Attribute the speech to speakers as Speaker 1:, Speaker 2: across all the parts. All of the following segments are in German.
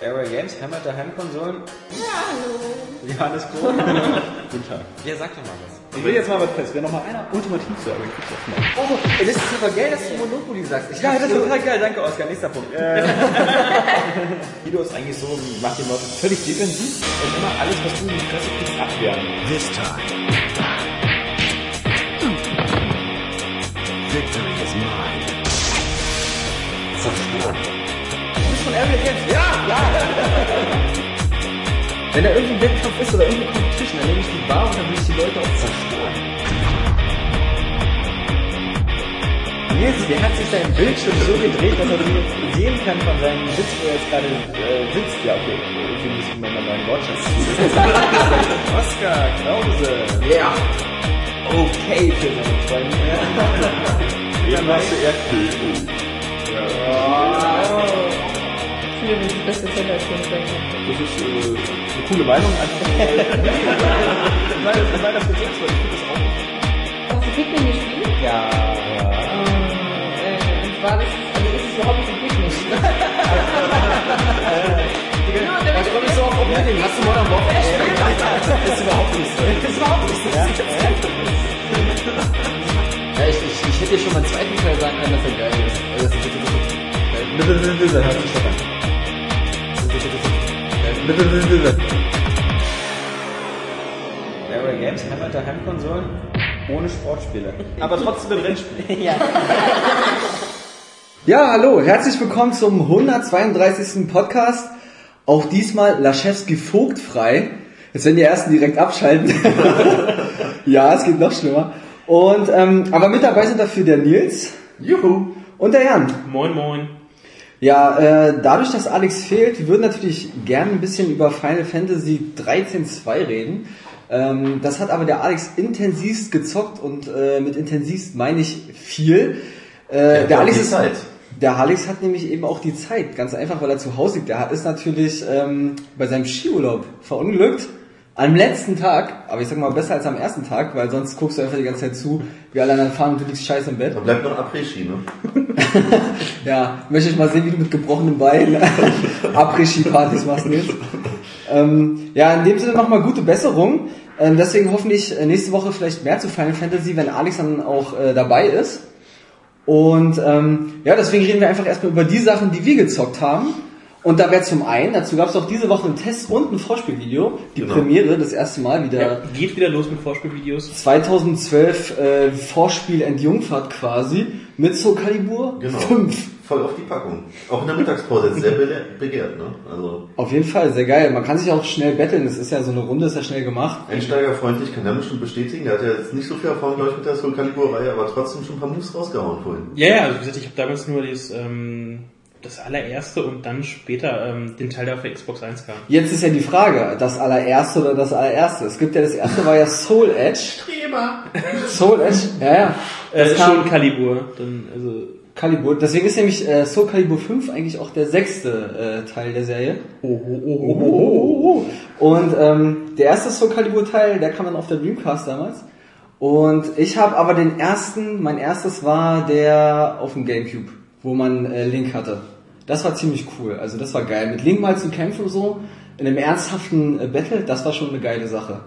Speaker 1: Aero Games, Heimat der Heimkonsolen. Johannes Kohn.
Speaker 2: Guten Tag.
Speaker 1: Ja, sag doch mal was.
Speaker 2: Ich will jetzt mal was fest. Wenn noch mal einer ultimativ sagt, dann gibt's das mal.
Speaker 1: Oh, das ist super geil, dass du Monopoly sagst. Ich
Speaker 2: Ja, das ist
Speaker 1: total geil. Danke, Oskar. Nächster Punkt.
Speaker 2: Äh. Guido ist eigentlich so, macht die Leute völlig defensiv und immer alles, was du in die Presse kriegst, abwehren.
Speaker 3: This time, victory is mine.
Speaker 1: Wenn da irgendein Wettkampf ist oder irgendein Competition, dann nehme ich die Bar und dann will ich die Leute auch zerstören.
Speaker 2: Nils, der hat sich seinen Bildschirm so gedreht, dass er den sehen kann von seinem Sitz, wo er jetzt gerade äh, sitzt. Ja, okay. Irgendwie muss ich mal meinen Wortschatz Oskar Krause.
Speaker 1: Ja. Okay, für meine Freunde.
Speaker 4: Eben hast du Erdbeben.
Speaker 5: Viele wissen, dass wir Zelda spielen können.
Speaker 2: Das ist äh, eine coole Meinung. Einfach mal. Weil das- weil das gesetzt wird. Ich finde das auch nicht.
Speaker 5: Hast du Pikmin gespielt?
Speaker 2: Ja, ja.
Speaker 5: Äh, und war das, also ist es überhaupt nicht ein Pikmin? Genau, damit
Speaker 1: Ich freue mich so auf Oblivion. Hast du mal am Wochenende? Das ist überhaupt nicht so. Das ist überhaupt nicht so. Ja, ich, ich, ich hätte dir schon mal einen zweiten Teil sagen können, dass er geil ist. Äh, Das ist das ist-
Speaker 2: Dann hört sich das an.
Speaker 1: Aero Games, Heimat der Heimkonsolen, ohne Sportspiele.
Speaker 2: Aber trotzdem ein Rennspiel.
Speaker 6: Ja, hallo, herzlich willkommen zum 132. Podcast. Auch diesmal Laschewski vogtfrei. Jetzt werden die ersten direkt abschalten. ja, es geht noch schlimmer. Und ähm, aber mit dabei sind dafür der Nils. Juhu. Und der Jan.
Speaker 7: Moin, moin.
Speaker 6: Ja, äh, dadurch, dass Alex fehlt, wir würden natürlich gerne ein bisschen über Final Fantasy 13.2 reden. Ähm, das hat aber der Alex intensivst gezockt und äh, mit intensivst meine ich viel. Äh, der,
Speaker 4: hat
Speaker 6: Alex
Speaker 4: die
Speaker 6: ist
Speaker 4: Zeit.
Speaker 6: Der Alex hat nämlich eben auch die Zeit, ganz einfach, weil er zu Hause liegt. Der ist natürlich ähm, bei seinem Skiurlaub verunglückt. Am letzten Tag, aber ich sag mal besser als am ersten Tag, weil sonst guckst du einfach die ganze Zeit zu, wie alle anderen fahren und du liegst scheiße im Bett.
Speaker 4: Da bleibt noch Après-Ski, ne?
Speaker 6: Ja, möchte ich mal sehen, wie du mit gebrochenen Beinen Après-Ski-Partys machst, Nils. Ähm, ja, in dem Sinne nochmal gute Besserung. Ähm, deswegen hoffentlich äh, nächste Woche vielleicht mehr zu Final Fantasy, wenn Alex dann auch äh, dabei ist. Und ähm, ja, deswegen reden wir einfach erstmal über die Sachen, die wir gezockt haben. Und da wäre zum einen, dazu gab es auch diese Woche einen Test und ein Vorspielvideo, die
Speaker 4: Genau.
Speaker 6: Premiere, das erste Mal wieder.
Speaker 7: Geht wieder los mit Vorspielvideos.
Speaker 6: 2012 äh, Vorspiel Entjungfahrt quasi mit Soul Calibur
Speaker 4: Genau.
Speaker 6: 5.
Speaker 4: Voll auf die Packung. Auch in der Mittagspause. Ist sehr bele- begehrt, ne? Also,
Speaker 6: Auf jeden Fall, sehr geil. Man kann sich auch schnell betteln. Das ist ja so eine Runde, ist ja schnell gemacht.
Speaker 4: einsteigerfreundlich kann damit schon bestätigen. Der hat ja jetzt nicht so viel Erfahrung, glaube ich, mit der Soul Calibur-Reihe, aber trotzdem schon ein paar Moves rausgehauen vorhin.
Speaker 7: Ja, ja, also wie gesagt, ich habe damals nur dieses, ähm, das allererste und dann später ähm, den Teil, der auf der Xbox 1 kam.
Speaker 6: Jetzt ist ja die Frage, das allererste oder das allererste. Es gibt ja das erste war ja Soul Edge. Soul Edge, ja, ja. Das
Speaker 7: äh,
Speaker 6: kam
Speaker 7: schon Kalibur. Dann, also,
Speaker 6: Calibur. Deswegen ist nämlich äh, Soul Calibur 5 eigentlich auch der sechste äh, Teil der Serie. Oh, oh, oh, oh. Und ähm, der erste Soul Calibur Teil, der kam dann auf der Dreamcast damals. Und ich habe aber den ersten, mein erstes war der auf dem Gamecube, wo man äh, Link hatte. Das war ziemlich cool, also das war geil. Mit Link mal zu kämpfen und so, in einem ernsthaften äh, Battle, das war schon eine geile Sache.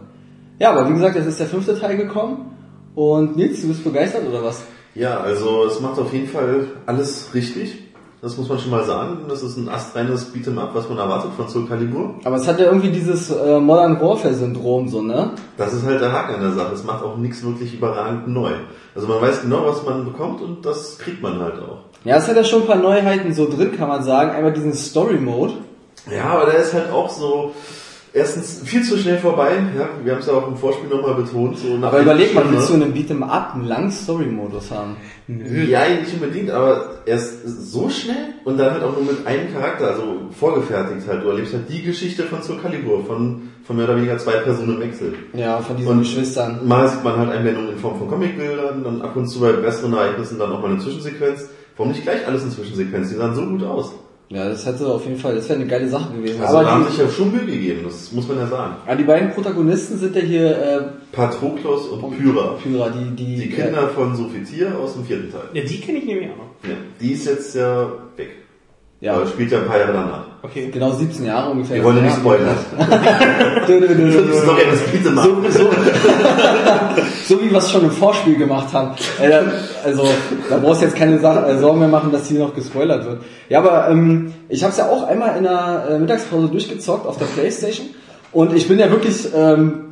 Speaker 6: Ja, aber wie gesagt, jetzt ist der fünfte Teil gekommen. Und Nils, du bist begeistert oder was?
Speaker 4: Ja, also, es macht auf jeden Fall alles richtig. Das muss man schon mal sagen. Das ist ein astreines Beat'em-up, was man erwartet von Soul Calibur.
Speaker 6: Aber es hat ja irgendwie dieses äh, Modern Warfare-Syndrom, so, ne?
Speaker 4: Das ist halt der Haken an der Sache. Es macht auch nichts wirklich überragend neu. Also man weiß genau, was man bekommt und das kriegt man halt auch.
Speaker 6: Ja, es hat ja schon ein paar Neuheiten so drin, kann man sagen. Einmal diesen Story-Mode.
Speaker 4: Ja, aber der ist halt auch so erstens viel zu schnell vorbei. Ja, wir haben es ja auch im Vorspiel nochmal betont. So nach
Speaker 6: Aber
Speaker 4: ne?
Speaker 6: überleg mal,
Speaker 4: Stunde.
Speaker 6: willst du in einem Beat'em Up einen langen Story-Modus haben?
Speaker 4: Ja, nicht unbedingt, aber er ist so schnell und dann halt auch nur mit einem Charakter, also vorgefertigt halt. Du erlebst halt die Geschichte von Soul Calibur, von, von mehr oder weniger zwei Personen im Wechsel.
Speaker 6: Ja, von diesen
Speaker 4: Und-
Speaker 6: Geschwistern.
Speaker 4: Mal sieht man halt Einblendungen in Form von Comicbildern, dann ab und zu bei besseren Ereignissen dann auch mal eine Zwischensequenz. Warum nicht gleich alles in Zwischensequenz? Die sahen so gut aus.
Speaker 6: Ja, das hätte auf jeden Fall, das wäre eine geile Sache gewesen.
Speaker 4: Also da haben
Speaker 6: aber,
Speaker 4: sich
Speaker 6: die,
Speaker 4: ja schon Mühe gegeben, das muss man ja sagen.
Speaker 6: aber die beiden Protagonisten sind ja hier
Speaker 4: Patroklos
Speaker 6: äh,
Speaker 4: und Pyra.
Speaker 6: Pyra, die, die, äh,
Speaker 4: Die Kinder von Sophie Tier aus dem vierten Teil.
Speaker 7: ja, die kenne ich nämlich auch noch.
Speaker 4: Ja. Die ist jetzt ja weg.
Speaker 6: Ja.
Speaker 4: Aber spielt ja ein paar Jahre danach.
Speaker 7: Okay.
Speaker 6: Genau 17 Jahre ungefähr.
Speaker 4: Wir wollen ja nicht spoilern.
Speaker 6: Dö, dö, dö,
Speaker 4: Wir müssen
Speaker 6: dö.
Speaker 4: doch etwas bitte machen.
Speaker 6: So, so, so wie wir es schon im Vorspiel gemacht haben. Äh, da- also da brauchst du jetzt keine Sache, äh, Sorgen mehr machen, dass hier noch gespoilert wird. Ja, aber ähm, ich habe es ja auch einmal in der äh, Mittagspause durchgezockt auf der Playstation und ich bin ja wirklich ähm,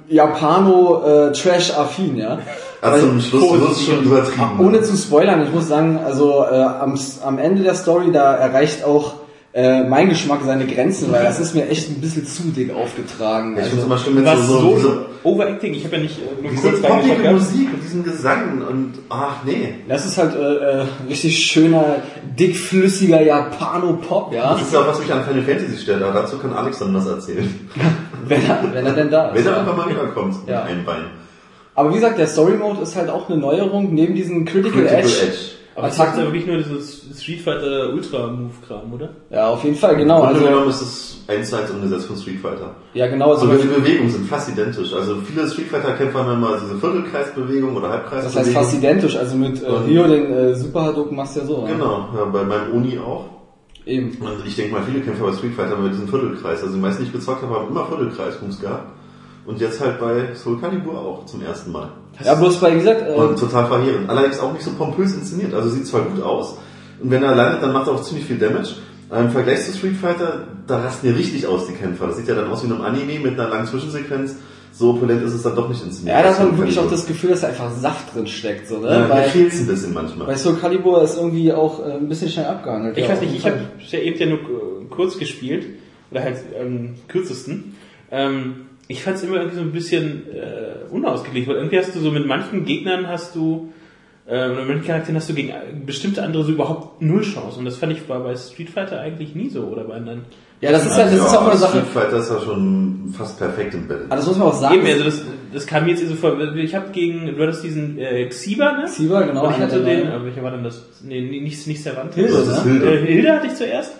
Speaker 6: Japano-Trash-affin, ja.
Speaker 4: Also zum Schluss wird es schon übertrieben.
Speaker 6: Ohne zu spoilern, ich muss sagen, also äh, am, am Ende der Story, da erreicht auch äh, mein Geschmack seine Grenzen, weil das ist mir echt ein bisschen zu dick aufgetragen.
Speaker 4: ich finde
Speaker 6: also,
Speaker 4: es immer schlimm, wenn
Speaker 7: Was
Speaker 4: es so, so,
Speaker 7: so,
Speaker 4: diese,
Speaker 7: Overacting? Ich habe ja nicht äh, nur
Speaker 4: diese
Speaker 7: kurz reingeschaut
Speaker 4: poppige
Speaker 7: gehabt.
Speaker 4: Musik und diesen Gesang und ach nee.
Speaker 6: Das ist halt äh, äh, richtig schöner, dickflüssiger Japano-Pop, ja.
Speaker 4: Das ist ja auch, was mich an Final Fantasy stört, aber dazu kann Alex dann was erzählen.
Speaker 6: Wenn er, wenn er denn da ist.
Speaker 4: Wenn er
Speaker 6: Ja.
Speaker 4: einfach mal wiederkommt mit
Speaker 6: Ja.
Speaker 4: einem Bein.
Speaker 6: Aber wie gesagt, der Story-Mode ist halt auch eine Neuerung neben diesen Critical,
Speaker 4: Critical
Speaker 6: Edge.
Speaker 4: Edge.
Speaker 7: Aber das ist ja wirklich nur dieses Street Fighter Ultra Move Kram, oder?
Speaker 6: Ja, auf jeden Fall, genau.
Speaker 4: Im Grunde
Speaker 6: Also,
Speaker 4: genommen ist es eins zu eins umgesetzt von Street Fighter.
Speaker 6: ja, genau. Also,
Speaker 4: Sogar die Bewegungen sind fast identisch. Also viele Street Fighter Kämpfer haben immer diese Viertelkreisbewegung oder
Speaker 6: das heißt
Speaker 4: Halbkreisbewegung.
Speaker 6: fast identisch. Also mit äh, Rio den äh, Super Hadouken machst du ja so. ne?
Speaker 4: Genau, ja, bei meinem Uni auch.
Speaker 6: Eben.
Speaker 4: Und ich denke mal, viele Kämpfer bei Street Fighter haben mit diesem Viertelkreis. Also die meisten, die ich gezockt habe, haben immer Viertelkreis-Moves gehabt. Und jetzt halt bei Soul Calibur auch zum ersten Mal.
Speaker 6: Ja, bloß bei wie gesagt, äh,
Speaker 4: Und total verheerend. Allerdings auch nicht so pompös inszeniert. Also sieht zwar gut aus. Und wenn er landet, dann macht er auch ziemlich viel Damage. Aber Im Vergleich zu Street Fighter, da rasten die richtig aus, die Kämpfer. Das sieht ja dann aus wie in einem Anime mit einer langen Zwischensequenz. So opulent ist es dann doch nicht inszeniert.
Speaker 6: ja, da hat man
Speaker 4: Soul
Speaker 6: wirklich auch
Speaker 4: Calibur.
Speaker 6: das Gefühl, dass da einfach Saft drin steckt, so, ne?
Speaker 4: Ja, mir
Speaker 6: Weil,
Speaker 4: fehlt es ein bisschen manchmal.
Speaker 6: bei Soul Calibur ist irgendwie auch äh, ein bisschen schnell Also, abgehandelt.
Speaker 7: Ich
Speaker 6: ja,
Speaker 7: weiß
Speaker 6: auf
Speaker 7: nicht,
Speaker 6: jeden
Speaker 7: ich
Speaker 6: Fall.
Speaker 7: habe ja eben ja nur äh, kurz gespielt, oder halt ähm, kürzesten. Ähm, ich fand es immer irgendwie so ein bisschen äh, unausgeglichen, weil irgendwie hast du so mit manchen Gegnern hast du, äh, mit manchen Charakteren hast du gegen äh, bestimmte andere so überhaupt null Chance. Und das fand ich war bei Street Fighter eigentlich nie so oder bei anderen.
Speaker 6: Ja, das ist ja, das ist auch mal eine Sache.
Speaker 4: Street Fighter ist ja schon fast perfekt im Battle.
Speaker 6: Aber das muss man auch sagen.
Speaker 7: Eben, also das, das kam mir jetzt eher so vor. Ich habe gegen, du hattest diesen äh, Xiba, ne?
Speaker 6: Xiba, genau,
Speaker 7: Und ich hatte
Speaker 6: einer der
Speaker 7: den,
Speaker 6: neuen.
Speaker 7: äh, welcher war denn das? Nee, nee, nicht, nicht Cervantes.
Speaker 6: Hilde,
Speaker 4: das ist
Speaker 6: ne?
Speaker 4: Hilde.
Speaker 7: Äh, Hilde hatte ich zuerst.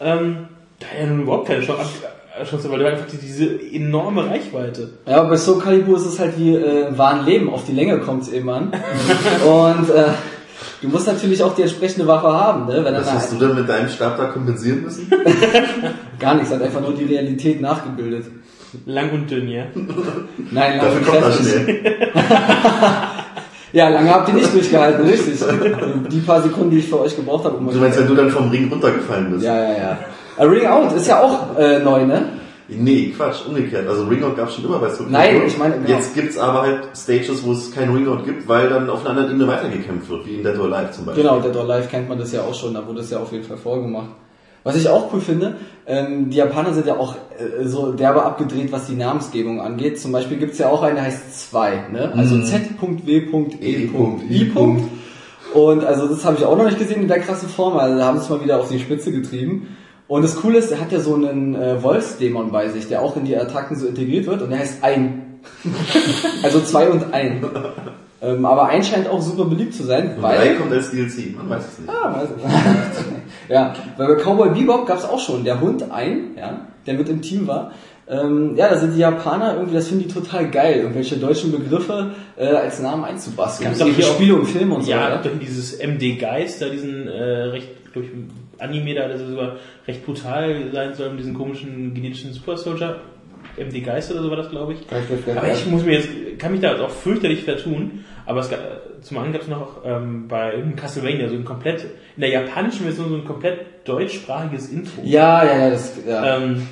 Speaker 7: Ähm, da hat er nun überhaupt keine Chance, ab- Chance weil du einfach die- diese enorme Reichweite.
Speaker 4: äh,
Speaker 6: Ja, aber bei Soul Calibur ist es halt wie äh, im wahren Leben, auf die Länge kommt es eben an. Und äh, du musst natürlich auch die entsprechende Waffe haben, ne? Wenn er
Speaker 4: Was hast du denn mit deinem Stab da kompensieren müssen?
Speaker 6: gar nichts, hat einfach nur die Realität nachgebildet.
Speaker 7: Lang und dünn, ja.
Speaker 6: Nein, lange
Speaker 4: Dafür kommt er
Speaker 6: kräftig.
Speaker 4: schnell.
Speaker 6: Ja, lange habt ihr nicht durchgehalten, richtig. Also, Die paar Sekunden, die ich für euch gebraucht habe, um
Speaker 4: Du meinst, wenn du dann vom Ring runtergefallen bist?
Speaker 6: Ja, ja, ja. A Ring Out ist ja auch äh, neu, ne?
Speaker 4: Nee, Quatsch, umgekehrt. Also Ringout gab es schon immer bei Super
Speaker 6: Nein, ich meine, genau.
Speaker 4: Jetzt gibt's aber halt Stages, wo es keinen Ringout gibt, weil dann auf einer anderen Ebene weitergekämpft wird, wie in Dead or Alive zum Beispiel.
Speaker 6: Genau, Dead or Alive kennt man das ja auch schon, da wurde es ja auf jeden Fall vorgemacht. Was ich auch cool finde, ähm, die Japaner sind ja auch äh, so derbe abgedreht, was die Namensgebung angeht. Zum Beispiel gibt's ja auch einen, der heißt 2, ne? Also
Speaker 4: I.
Speaker 6: E
Speaker 4: E
Speaker 6: Z.W.E.I. Und also das habe ich auch noch nicht gesehen in der krassen Form, also da haben sie es mal wieder auf die Spitze getrieben. Und das Coole ist, er hat ja so einen äh, Wolfsdämon bei sich, der auch in die Attacken so integriert wird und der heißt Ein. also zwei und ein. Ähm, aber ein scheint auch super beliebt zu sein,
Speaker 4: Und
Speaker 6: weil...
Speaker 4: 3 kommt als DLC, man weiß es nicht.
Speaker 6: Ja, weiß ich. ja, weil bei Cowboy Bebop gab's auch schon der Hund ein, ja, der mit im Team war. Ähm, ja, da sind die Japaner irgendwie, das finden die total geil, irgendwelche deutschen Begriffe äh, als Namen einzubasteln.
Speaker 7: Gibt's doch hier auch-
Speaker 6: Spiele und Filme und so.
Speaker 7: ja,
Speaker 6: Ja,
Speaker 7: durch dieses MD Geist, da diesen äh, recht, durch Anime, da das sogar recht brutal sein soll, mit diesen komischen genetischen Super Soldier. MD Geist oder so war das, glaube ich. Aber ich muss mir jetzt, kann mich da jetzt auch fürchterlich vertun, aber es gab, zum einen gab es noch ähm, bei irgendeinem Castlevania so ein komplett, in der japanischen Version so ein komplett deutschsprachiges Intro.
Speaker 6: ja, ja, ja, das, ja.
Speaker 7: Ähm,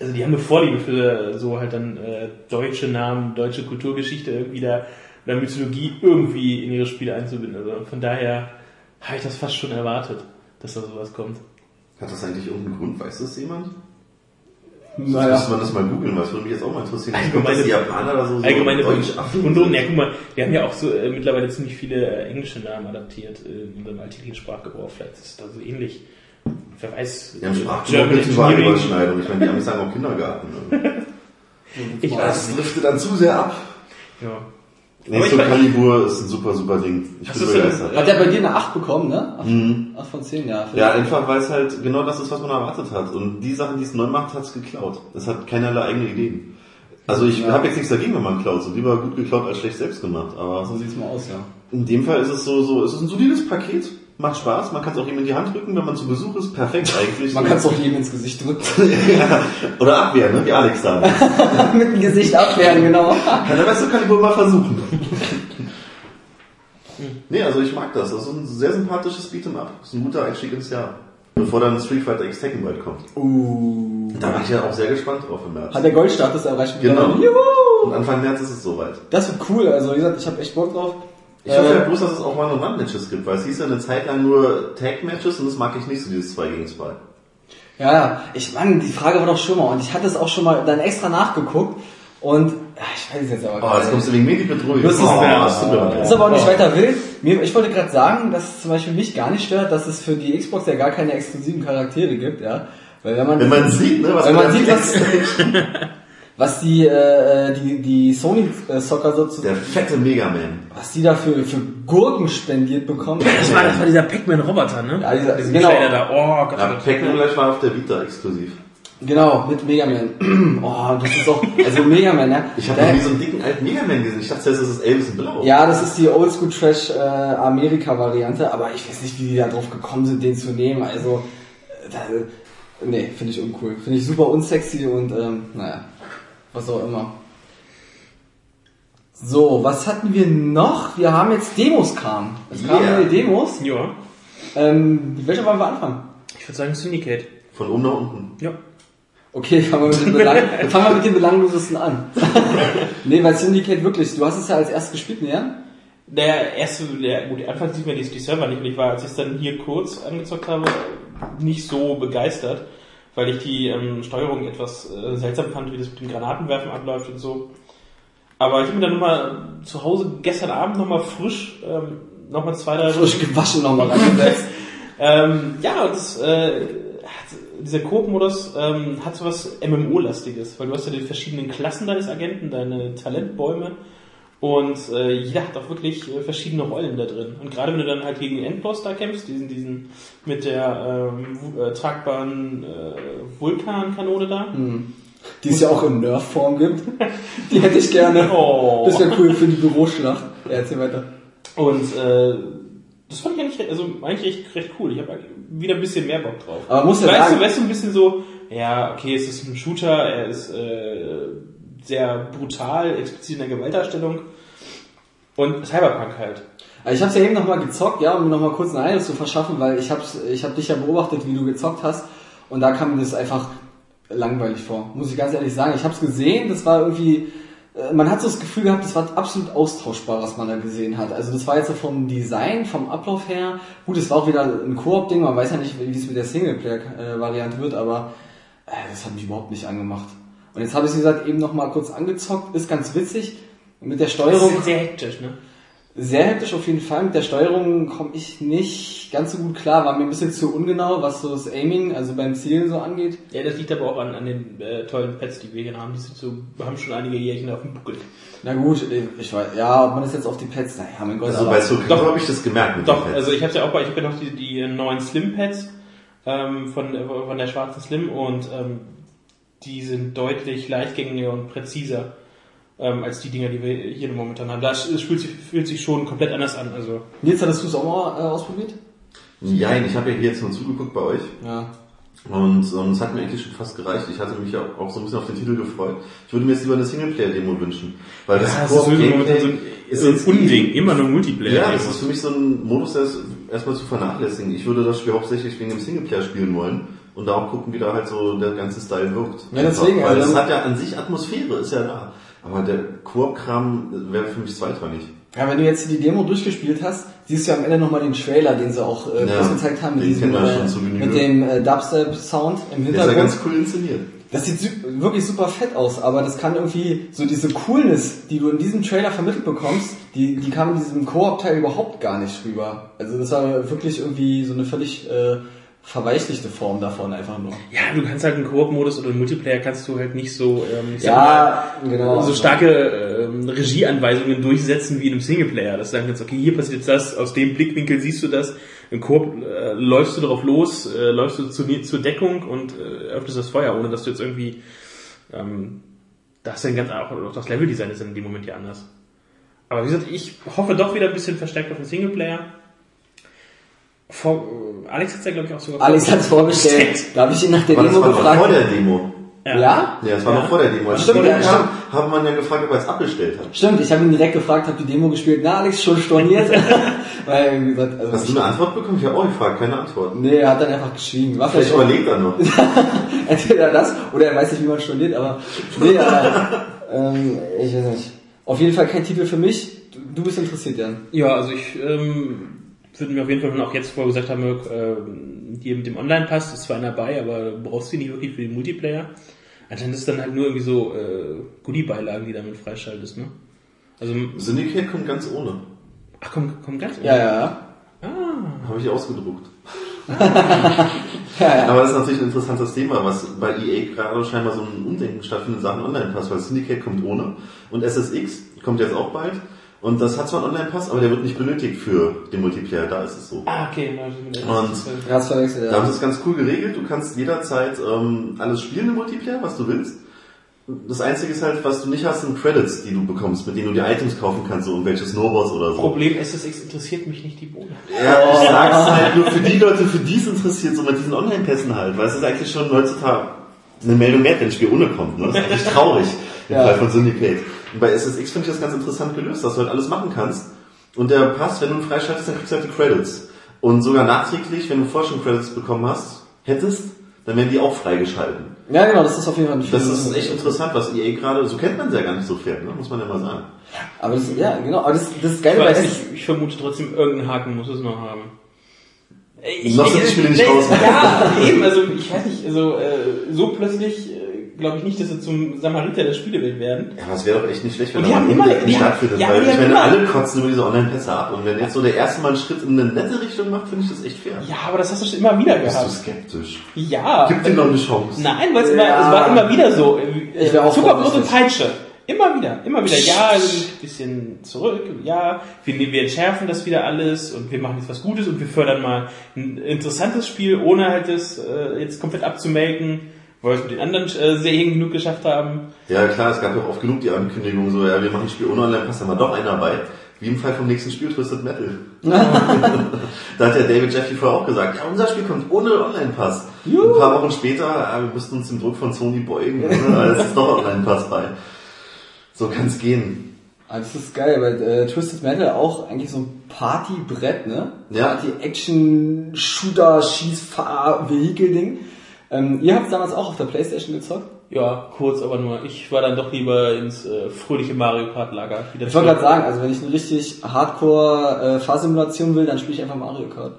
Speaker 7: also die haben eine Vorliebe für so halt dann äh, deutsche Namen, deutsche Kulturgeschichte irgendwie da oder Mythologie irgendwie in ihre Spiele einzubinden. Also von daher habe ich das fast schon erwartet, dass da sowas kommt.
Speaker 4: Hat das eigentlich irgendeinen Grund? Weiß das jemand? Sonst
Speaker 6: naja.
Speaker 4: müsste man das mal googeln, was würde mich jetzt auch mal interessieren.
Speaker 7: Allgemeine-
Speaker 4: Kommt das die Japaner da so, so
Speaker 7: Allgemeine
Speaker 4: deutsch
Speaker 7: Grundung. Ja, guck mal, wir haben ja auch so äh, mittlerweile ziemlich viele äh, englische Namen adaptiert äh, in unserem alltäglichen Sprachgebrauch. Vielleicht ist es da so ähnlich. Wer weiß.
Speaker 4: Ja, im Sprachgebrauch
Speaker 7: German
Speaker 4: gibt es überall
Speaker 7: Engineering.
Speaker 4: Überschneidungen. Ich meine, die Amis sagen auch Kindergarten. ne?
Speaker 7: Ich weiß.
Speaker 4: Das liftet dann zu sehr ab.
Speaker 7: Ja.
Speaker 4: Nee, so Calibur ist ein super, super Ding. Ich
Speaker 7: Hast
Speaker 4: bin
Speaker 7: du schon-
Speaker 4: begeistert.
Speaker 6: Hat der bei dir eine 8 bekommen, ne? 8,
Speaker 4: Mhm.
Speaker 6: von 10, ja.
Speaker 4: Ja, einfach weil es halt genau das ist, was man erwartet hat. Und die Sachen, die es neu macht, hat es geklaut. Es hat keinerlei eigene Ideen. Also ich hab habe jetzt nichts dagegen, wenn man klaut. So lieber gut geklaut als schlecht selbst gemacht. Aber
Speaker 6: So sieht's mal aus, ja.
Speaker 4: in dem Fall ist es so, so, es ist ein solides Paket. Macht Spaß, man kann es auch jemand in die Hand drücken, wenn man zu Besuch ist, perfekt eigentlich.
Speaker 6: Man kann es auch jedem ins Gesicht drücken.
Speaker 4: Oder abwehren, ne? wie Alex da.
Speaker 6: Mit dem Gesicht abwehren, genau.
Speaker 4: Kann der beste Kalibur mal versuchen. nee, also ich mag das. Das ist ein sehr sympathisches Beat'em Up. Das ist ein guter Einstieg ins Jahr. Bevor dann Street Fighter X Tekken World kommt.
Speaker 6: Uh.
Speaker 4: Da bin ich ja auch sehr gespannt drauf im März.
Speaker 6: Hat der Goldstatus erreicht?
Speaker 4: Genau.
Speaker 6: Juhu!
Speaker 4: Und Anfang März ist es soweit.
Speaker 6: Das wird cool, also wie gesagt, ich habe echt Bock drauf. Äh.
Speaker 4: Ich hoffe ja bloß, dass es auch mal noch One-Matches gibt, weil es hieß ja eine Zeit lang nur Tag-Matches und das mag ich nicht, so dieses 2 gegen 2.
Speaker 6: Ja, ja, ich meine, die Frage war doch schon mal und ich hatte es auch schon mal dann extra nachgeguckt und ja, ich weiß es jetzt aber
Speaker 4: Oh, jetzt kommst Oh. du wegen mir die Bedrohung. Oh,
Speaker 6: Das ist-
Speaker 4: das tut mir leid.
Speaker 6: Ist aber auch nicht weiter wild. Mir, ich wollte gerade sagen, dass es zum Beispiel mich gar nicht stört, dass es für die Xbox ja gar keine exklusiven Charaktere gibt, ja. Weil wenn man,
Speaker 4: Wenn man sieht, ne, was
Speaker 6: Wenn man
Speaker 4: da
Speaker 6: sieht, was-
Speaker 4: ist.
Speaker 6: was die, äh, die, die Sony äh, Soccer sozusagen,
Speaker 4: Der fette Megaman.
Speaker 6: was die da für, für Gurken spendiert bekommen.
Speaker 7: Das war, Ah, das war dieser Pac-Man-Roboter, ne?
Speaker 6: Ja, dieser-
Speaker 7: Diesen
Speaker 6: genau.
Speaker 7: Trailer da. Oh Gott.
Speaker 4: Ja, Pac-Man gleich war auf der Vita exklusiv.
Speaker 6: Genau, mit Mega Man. Oh, das ist auch, also Mega Man, ne?
Speaker 4: Ich habe
Speaker 6: Der-
Speaker 4: noch nie so einen dicken alten Megaman gesehen. Ich dachte, das ist das Elvis in Blau.
Speaker 6: Ja, das ist die Oldschool Trash äh, Amerika Variante, aber ich weiß nicht, wie die da drauf gekommen sind, den zu nehmen. Also, äh, da, nee, finde ich uncool. Finde ich super unsexy und, ähm, naja, was auch immer. So, was hatten wir noch? Wir haben jetzt Demos kamen. Es kamen
Speaker 4: Yeah.
Speaker 6: neue Demos.
Speaker 7: Ja.
Speaker 6: Ähm, mit welcher wollen wir anfangen?
Speaker 7: Ich würde sagen Syndicate.
Speaker 4: Von oben nach unten.
Speaker 7: Ja.
Speaker 6: Okay, fangen wir mit dem, Belang fangen wir mit dem Belanglosesten an. nee, weil Syndicate wirklich, du hast es ja als erstes gespielt, ne?
Speaker 7: Der erste, der, gut, anfangs sieht man die, die Server nicht und ich war, als ich es dann hier kurz angezockt habe, nicht so begeistert, weil ich die ähm, Steuerung etwas äh, seltsam fand, wie das mit dem Granatenwerfen abläuft und so. Aber ich habe mir dann nochmal zu Hause gestern Abend nochmal frisch, ähm, nochmal zwei, drei
Speaker 6: Frisch gewaschen nochmal reingesetzt.
Speaker 7: Ähm, ja, und das, äh, hat, dieser Coop-Modus ähm, hat so was MMO-lastiges, weil du hast ja die verschiedenen Klassen deines Agenten, deine Talentbäume und äh, jeder hat auch wirklich äh, verschiedene Rollen da drin. Und gerade wenn du dann halt gegen den Endboss da kämpfst, diesen, diesen mit der ähm, wu- äh, tragbaren äh, Vulkankanone da.
Speaker 6: die es ja auch in Nerf-Form gibt. Die hätte ich gerne.
Speaker 7: Oh.
Speaker 6: Das wäre cool für die Büroschlacht. Ja, erzähl weiter.
Speaker 7: Und äh, das fand ich eigentlich, also eigentlich echt recht cool. Ich habe wieder ein bisschen mehr Bock drauf.
Speaker 6: Aber muss ja
Speaker 7: weißt
Speaker 6: sagen-
Speaker 7: du, weißt du, ein bisschen so, ja, okay, es ist ein Shooter, er ist äh, sehr brutal, explizit in der Gewaltdarstellung. Und Cyberpunk halt.
Speaker 6: Also ich habe es ja eben nochmal gezockt, ja, um mir nochmal kurz einen Eindruck zu verschaffen, weil ich habe ich hab dich ja beobachtet, wie du gezockt hast. Und da kam mir das einfach langweilig vor. Muss ich ganz ehrlich sagen. Ich habe es gesehen, das war irgendwie... äh, Man hat so das Gefühl gehabt, das war absolut austauschbar, was man da gesehen hat. Also das war jetzt so vom Design, vom Ablauf her. Gut, es war auch wieder ein Koop-Ding, man weiß ja nicht, wie es mit der Singleplayer-Variante wird, aber äh, das hat mich überhaupt nicht angemacht. Und jetzt habe ich, wie gesagt, eben nochmal kurz angezockt. Ist ganz witzig. Mit der Steuerung
Speaker 7: sehr hektisch, ne?
Speaker 6: sehr hektisch auf jeden Fall. Mit der Steuerung komme ich nicht ganz so gut klar. War mir ein bisschen zu ungenau, was so das Aiming, also beim Zielen so angeht.
Speaker 7: Ja, das liegt aber auch an, an den äh, tollen Pets, die wir hier haben. Die sind so, haben schon einige Jährchen auf dem Buckel.
Speaker 6: Na gut, ich weiß, ja, ob man das jetzt auf die Pads, naja, mein Gott.
Speaker 4: Also
Speaker 6: aber-
Speaker 4: bei so
Speaker 7: Doch.
Speaker 4: habe ich das gemerkt mit den
Speaker 7: Doch,
Speaker 4: Fans.
Speaker 7: also ich habe ja auch bei, ich habe ja noch die, die neuen Slim Pads ähm, von, äh, von der schwarzen Slim und ähm, die sind deutlich leichtgängiger und präziser ähm, als die Dinger, die wir hier momentan haben. Das es fühlt sich, fühlt sich schon komplett anders an. Also
Speaker 6: Nils, hattest du es auch mal äh, ausprobiert?
Speaker 4: Nein, ich habe ja hier jetzt nur zugeguckt bei euch.
Speaker 6: Ja.
Speaker 4: Und ähm, es hat mir eigentlich schon fast gereicht. Ich hatte mich ja auch so ein bisschen auf den Titel gefreut. Ich würde mir jetzt lieber eine Singleplayer-Demo wünschen. Weil das Koop-Gameplay ist jetzt- eh
Speaker 7: immer nur Multiplayer.
Speaker 4: Ja, das ist für mich so ein Modus, der ist erstmal zu vernachlässigen. Ich würde das Spiel hauptsächlich wegen dem Singleplayer spielen wollen und da auch gucken, wie da halt so der ganze Style wirkt.
Speaker 6: Ja, deswegen,
Speaker 4: Weil
Speaker 6: also-
Speaker 4: das hat ja an sich Atmosphäre, ist ja da. Aber der Koop-Kram wäre für mich zweitrangig.
Speaker 6: Ja, wenn du jetzt die Demo durchgespielt hast, siehst du am Ende nochmal den Trailer, den sie auch äh,
Speaker 4: Ja,
Speaker 6: groß gezeigt haben, mit,
Speaker 4: den
Speaker 6: diesem,
Speaker 4: kennen wir
Speaker 6: äh,
Speaker 4: schon zu Genüge.
Speaker 6: mit dem äh, Dubstep-Sound im
Speaker 4: Der ist ja
Speaker 6: Hintergrund.
Speaker 4: ganz cool inszeniert.
Speaker 6: Das sieht sü- wirklich super fett aus, aber das kann irgendwie so diese Coolness, die du in diesem Trailer vermittelt bekommst, die, die kam in diesem Koop-Teil überhaupt gar nicht rüber. Also das war wirklich irgendwie so eine völlig äh, verweichlichte Form davon einfach nur.
Speaker 7: Ja, du kannst halt einen Koop-Modus oder einen Multiplayer kannst du halt nicht so, ähm, ich
Speaker 6: Ja, genau.
Speaker 7: so starke ähm, Regieanweisungen durchsetzen wie in einem Singleplayer. Dass du sagen kannst, okay, hier passiert jetzt das, aus dem Blickwinkel siehst du das, im Korb äh, läufst du drauf los, äh, läufst du zu, zur Deckung und äh, öffnest das Feuer, ohne dass du jetzt irgendwie ähm, das dann ganz auch, auch das Leveldesign ist in dem Moment ja anders. Aber wie gesagt, ich hoffe doch wieder ein bisschen verstärkt auf den Singleplayer. Vor, äh, Alex hat's ja, glaube ich, auch sogar
Speaker 6: Alex hat's vorgestellt. Da habe ich ihn nach der
Speaker 4: Aber das
Speaker 6: Demo
Speaker 4: war noch vor
Speaker 6: gefragt.
Speaker 4: der Demo.
Speaker 7: Ja.
Speaker 6: Ja?
Speaker 4: Ja, das war noch vor der Demo. Also Als
Speaker 6: Stimmt,
Speaker 4: die Demo
Speaker 6: ja,
Speaker 4: kam, haben man ja gefragt, ob er es abgestellt hat.
Speaker 6: Stimmt, ich habe ihn direkt gefragt, hab die Demo gespielt. Na, Alex, schon storniert? Weil er irgendwie gesagt, also,
Speaker 4: Hast du eine Antwort bekommen? Ich habe auch gefragt, keine Antwort.
Speaker 6: nee, er hat dann einfach geschwiegen. War
Speaker 4: Vielleicht
Speaker 6: vielleicht auch
Speaker 4: überlegt er noch.
Speaker 6: Entweder das oder er weiß nicht, wie man storniert, aber nee, aber, ähm, ich weiß nicht. Auf jeden Fall kein Titel für mich. Du, du bist interessiert, Jan.
Speaker 7: Ja, also ich ähm, würde mir auf jeden Fall, wenn wir auch jetzt vorher gesagt haben, Mirk, ähm, die mit dem Online-Pass ist zwar einer bei, aber du brauchst die nicht wirklich für den Multiplayer. Anscheinend ist es dann halt nur irgendwie so äh, Goodie-Beilagen, die damit freischaltest, ne? Also,
Speaker 4: Syndicate kommt ganz ohne.
Speaker 7: ach komm, komm ganz
Speaker 6: Ja, ja, ja.
Speaker 4: Habe ich ausgedruckt.
Speaker 6: Ja, ja.
Speaker 4: Aber das ist natürlich ein interessantes Thema, was bei EA gerade scheinbar so ein Umdenken stattfindet in Sachen Online-Pass, weil Syndicate kommt ohne und SSX kommt jetzt auch bald. Und das hat zwar einen Online-Pass, aber der wird nicht benötigt für den Multiplayer, da ist es so.
Speaker 7: Ah, okay. na,
Speaker 4: Und
Speaker 7: das ist, äh,
Speaker 6: Krass verwechselt,
Speaker 4: Da haben
Speaker 6: ja.
Speaker 4: sie es ganz cool geregelt. Du kannst jederzeit ähm, alles spielen im Multiplayer, was du willst. Das Einzige ist halt, was du nicht hast, sind Credits, die du bekommst, mit denen du dir Items kaufen kannst, so irgendwelche Snowboards oder
Speaker 6: Oh,
Speaker 4: so.
Speaker 7: Problem SSX interessiert mich nicht die Bohne.
Speaker 4: Ja, ich sag's halt nur für die Leute, für die es interessiert, so mit diesen Online-Pässen halt, weil es ist eigentlich schon heutzutage eine Meldung wert, wenn ein Spiel ohne kommt. Ne? Das ist eigentlich traurig, im
Speaker 6: Ja.
Speaker 4: Fall von Syndicate. Und bei SSX finde ich das ganz interessant gelöst, dass du halt alles machen kannst. Und der Pass, wenn du ihn freischaltest, dann kriegst du halt die Credits. Und sogar nachträglich, wenn du vorher schon Credits bekommen hast, hättest, dann werden die auch freigeschalten.
Speaker 6: Ja, genau, das ist auf jeden Fall ein
Speaker 4: Das ist echt interessant, was EA gerade, so kennt man es ja gar nicht so fair, ne? muss man ja mal sagen.
Speaker 6: Aber das, ja, genau, aber das, das
Speaker 7: Ich
Speaker 6: Geile bei
Speaker 7: weiß
Speaker 6: S,
Speaker 7: nicht, ich vermute trotzdem, irgendeinen Haken muss es noch haben. Ich,
Speaker 4: Lass uns die Spiele nicht
Speaker 7: nee,
Speaker 4: raus.
Speaker 7: Ja, eben, also ich weiß nicht, also äh, so plötzlich äh, glaube ich nicht, dass sie zum Samariter der Spielewelt werden.
Speaker 4: Ja, aber es wäre doch echt nicht schlecht, wenn
Speaker 7: Und
Speaker 4: da mal
Speaker 7: die
Speaker 4: ein
Speaker 7: haben immer-
Speaker 4: Umdenken
Speaker 7: die haben-
Speaker 4: stattfindet,
Speaker 7: ja,
Speaker 4: weil
Speaker 7: die
Speaker 4: ich
Speaker 7: haben
Speaker 4: meine,
Speaker 7: immer-
Speaker 4: alle kotzen über diese Online-Pässe ab und wenn jetzt so der erste Mal einen Schritt in eine nette Richtung macht, finde ich das echt fair.
Speaker 7: Ja, aber das hast du schon immer wieder
Speaker 4: Bist du
Speaker 7: gehabt.
Speaker 4: skeptisch?
Speaker 7: Ja.
Speaker 4: Gib dir noch eine Chance.
Speaker 7: Nein, weil es immer,
Speaker 6: Ja.
Speaker 7: es war immer wieder so. Äh,
Speaker 6: Ich wär auch
Speaker 7: Zuckerbrot und
Speaker 6: vorsichtig.
Speaker 7: Peitsche. Immer wieder, immer wieder. Ja, ein bisschen zurück. Ja, wir, nehmen- wir entschärfen das wieder alles und wir machen jetzt was Gutes und wir fördern mal ein interessantes Spiel, ohne halt das äh, jetzt komplett abzumelken, weil wir es mit den anderen äh, Serien genug geschafft haben.
Speaker 4: Ja klar, es gab ja auch oft genug die Ankündigung so, ja, wir machen ein Spiel ohne Online-Pass, da war doch einer bei. Wie im Fall vom nächsten Spiel Twisted Metal. da hat ja David Jeffy vorher auch gesagt, ja, unser Spiel kommt ohne Online-Pass. Ein paar Wochen später, ja, wir mussten uns dem Druck von Sony beugen, ne? es ist doch Online-Pass bei. So kann's gehen.
Speaker 6: ah, das ist geil, weil äh, Twisted Metal auch eigentlich so ein Partybrett, ne?
Speaker 4: Ja.
Speaker 6: Party-Action-Shooter-Schießfahr-Vehikel-Ding. Ähm, ihr habt damals auch auf der Playstation gezockt?
Speaker 7: Ja, kurz, aber nur. Ich war dann doch lieber ins äh, fröhliche Mario Kart Lager. wieder
Speaker 6: Ich wollte gerade
Speaker 7: zurück.
Speaker 6: sagen, also wenn ich eine richtig Hardcore äh, Fahrsimulation will, dann spiele ich einfach Mario Kart.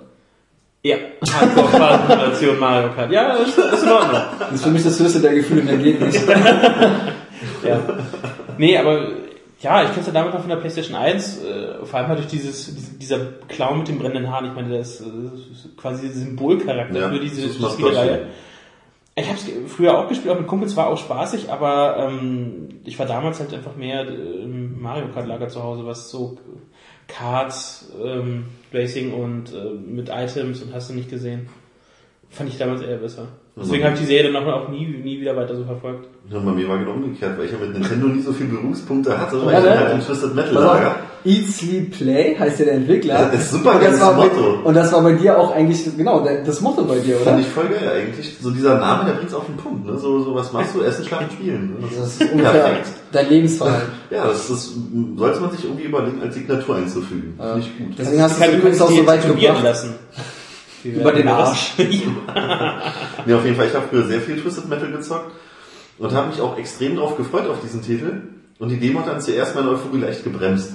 Speaker 7: Ja, Hardcore-Simulation Mario Kart. Ja, ist, ist in Ordnung.
Speaker 6: Das ist für mich das höchste der Gefühle, mehr geht nicht.
Speaker 7: ja. Nee, aber ja, ich kenn's ja damals noch von der PlayStation 1, äh, vor allem halt durch dieses, diese- dieser Clown mit dem brennenden Haar. Ich meine, der ist, äh, ist quasi Symbolcharakter
Speaker 4: Ja,
Speaker 7: für diese
Speaker 4: das macht
Speaker 7: Spielereihe. Ich habe es früher auch gespielt, auch mit Kumpels, war auch spaßig, aber ähm, ich war damals halt einfach mehr äh, im Mario Kart Lager zu Hause, was so Karts, ähm, Racing und äh, mit Items und hast du nicht gesehen. Fand ich damals eher besser.
Speaker 4: Mhm.
Speaker 7: Deswegen habe ich die Serie dann auch nie, nie wieder weiter so verfolgt.
Speaker 4: Ja, bei mir war genau umgekehrt, weil ich ja mit Nintendo nie so viele Berührungspunkte hatte, weil
Speaker 6: Ja,
Speaker 4: ich
Speaker 6: ne?
Speaker 4: halt im Twisted Metal
Speaker 6: Pass auf,
Speaker 4: Lager.
Speaker 6: Eat, Sleep, Play heißt ja der Entwickler.
Speaker 4: Ja, das ist super
Speaker 6: und das,
Speaker 4: geiles
Speaker 6: war bei,
Speaker 4: Motto.
Speaker 6: und das war bei dir auch eigentlich, genau, der- das Motto bei dir, oder?
Speaker 4: Fand ich voll geil eigentlich. So dieser Name, der bringt's auf den Punkt, ne? So, so was machst du? Essen, schlafen, spielen. Ne?
Speaker 6: Das ist ungefähr dein Lebensverhalten.
Speaker 4: Ja, das ist, sollte man sich irgendwie überlegen, als Signatur einzufügen. Finde ich gut.
Speaker 6: Äh, Deswegen hast du es
Speaker 7: Kann
Speaker 6: übrigens auch so weit
Speaker 7: tätowieren
Speaker 6: gebracht.
Speaker 7: lassen.
Speaker 6: Über den Arsch.
Speaker 4: Nee, auf jeden Fall, ich habe früher sehr viel Twisted Metal gezockt und habe mich auch extrem drauf gefreut auf diesen Titel. Und die Demo hat dann zuerst meine Euphorie leicht gebremst.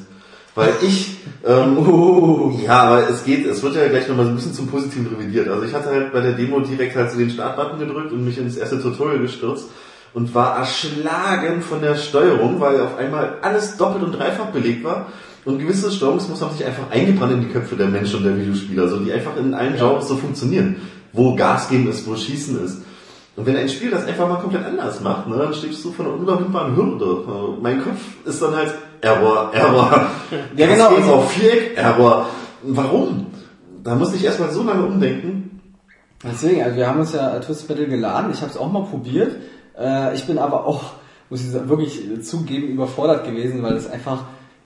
Speaker 4: Weil ich, ähm,
Speaker 6: Oh.
Speaker 4: ja, aber es geht, es wird ja gleich nochmal so ein bisschen zum Positiven revidiert. Also ich hatte halt bei der Demo direkt halt so den Startbutton gedrückt und mich ins erste Tutorial gestürzt und war erschlagen von der Steuerung, weil auf einmal alles doppelt und dreifach belegt war. Und gewisse Steuerungsmuster haben sich einfach eingebrannt in die Köpfe der Menschen und der Videospieler, so die einfach in allen Genres so funktionieren. Wo Gas geben ist, wo Schießen ist. Und wenn ein Spiel das einfach mal komplett anders macht, ne, dann stehst du vor einer unüberwindbaren Hürde. Also Mein Kopf ist dann halt Error, Error.
Speaker 6: Ja,
Speaker 4: Ja,
Speaker 6: genau.
Speaker 4: genau. Jetzt auf Viereck, Error. Warum? Da musste ich erstmal so lange umdenken.
Speaker 6: Deswegen, also wir haben uns ja Twisted Metal geladen, ich habe es auch mal probiert. Äh, ich bin aber auch, muss ich sagen, wirklich äh, zugeben, überfordert gewesen, weil es einfach,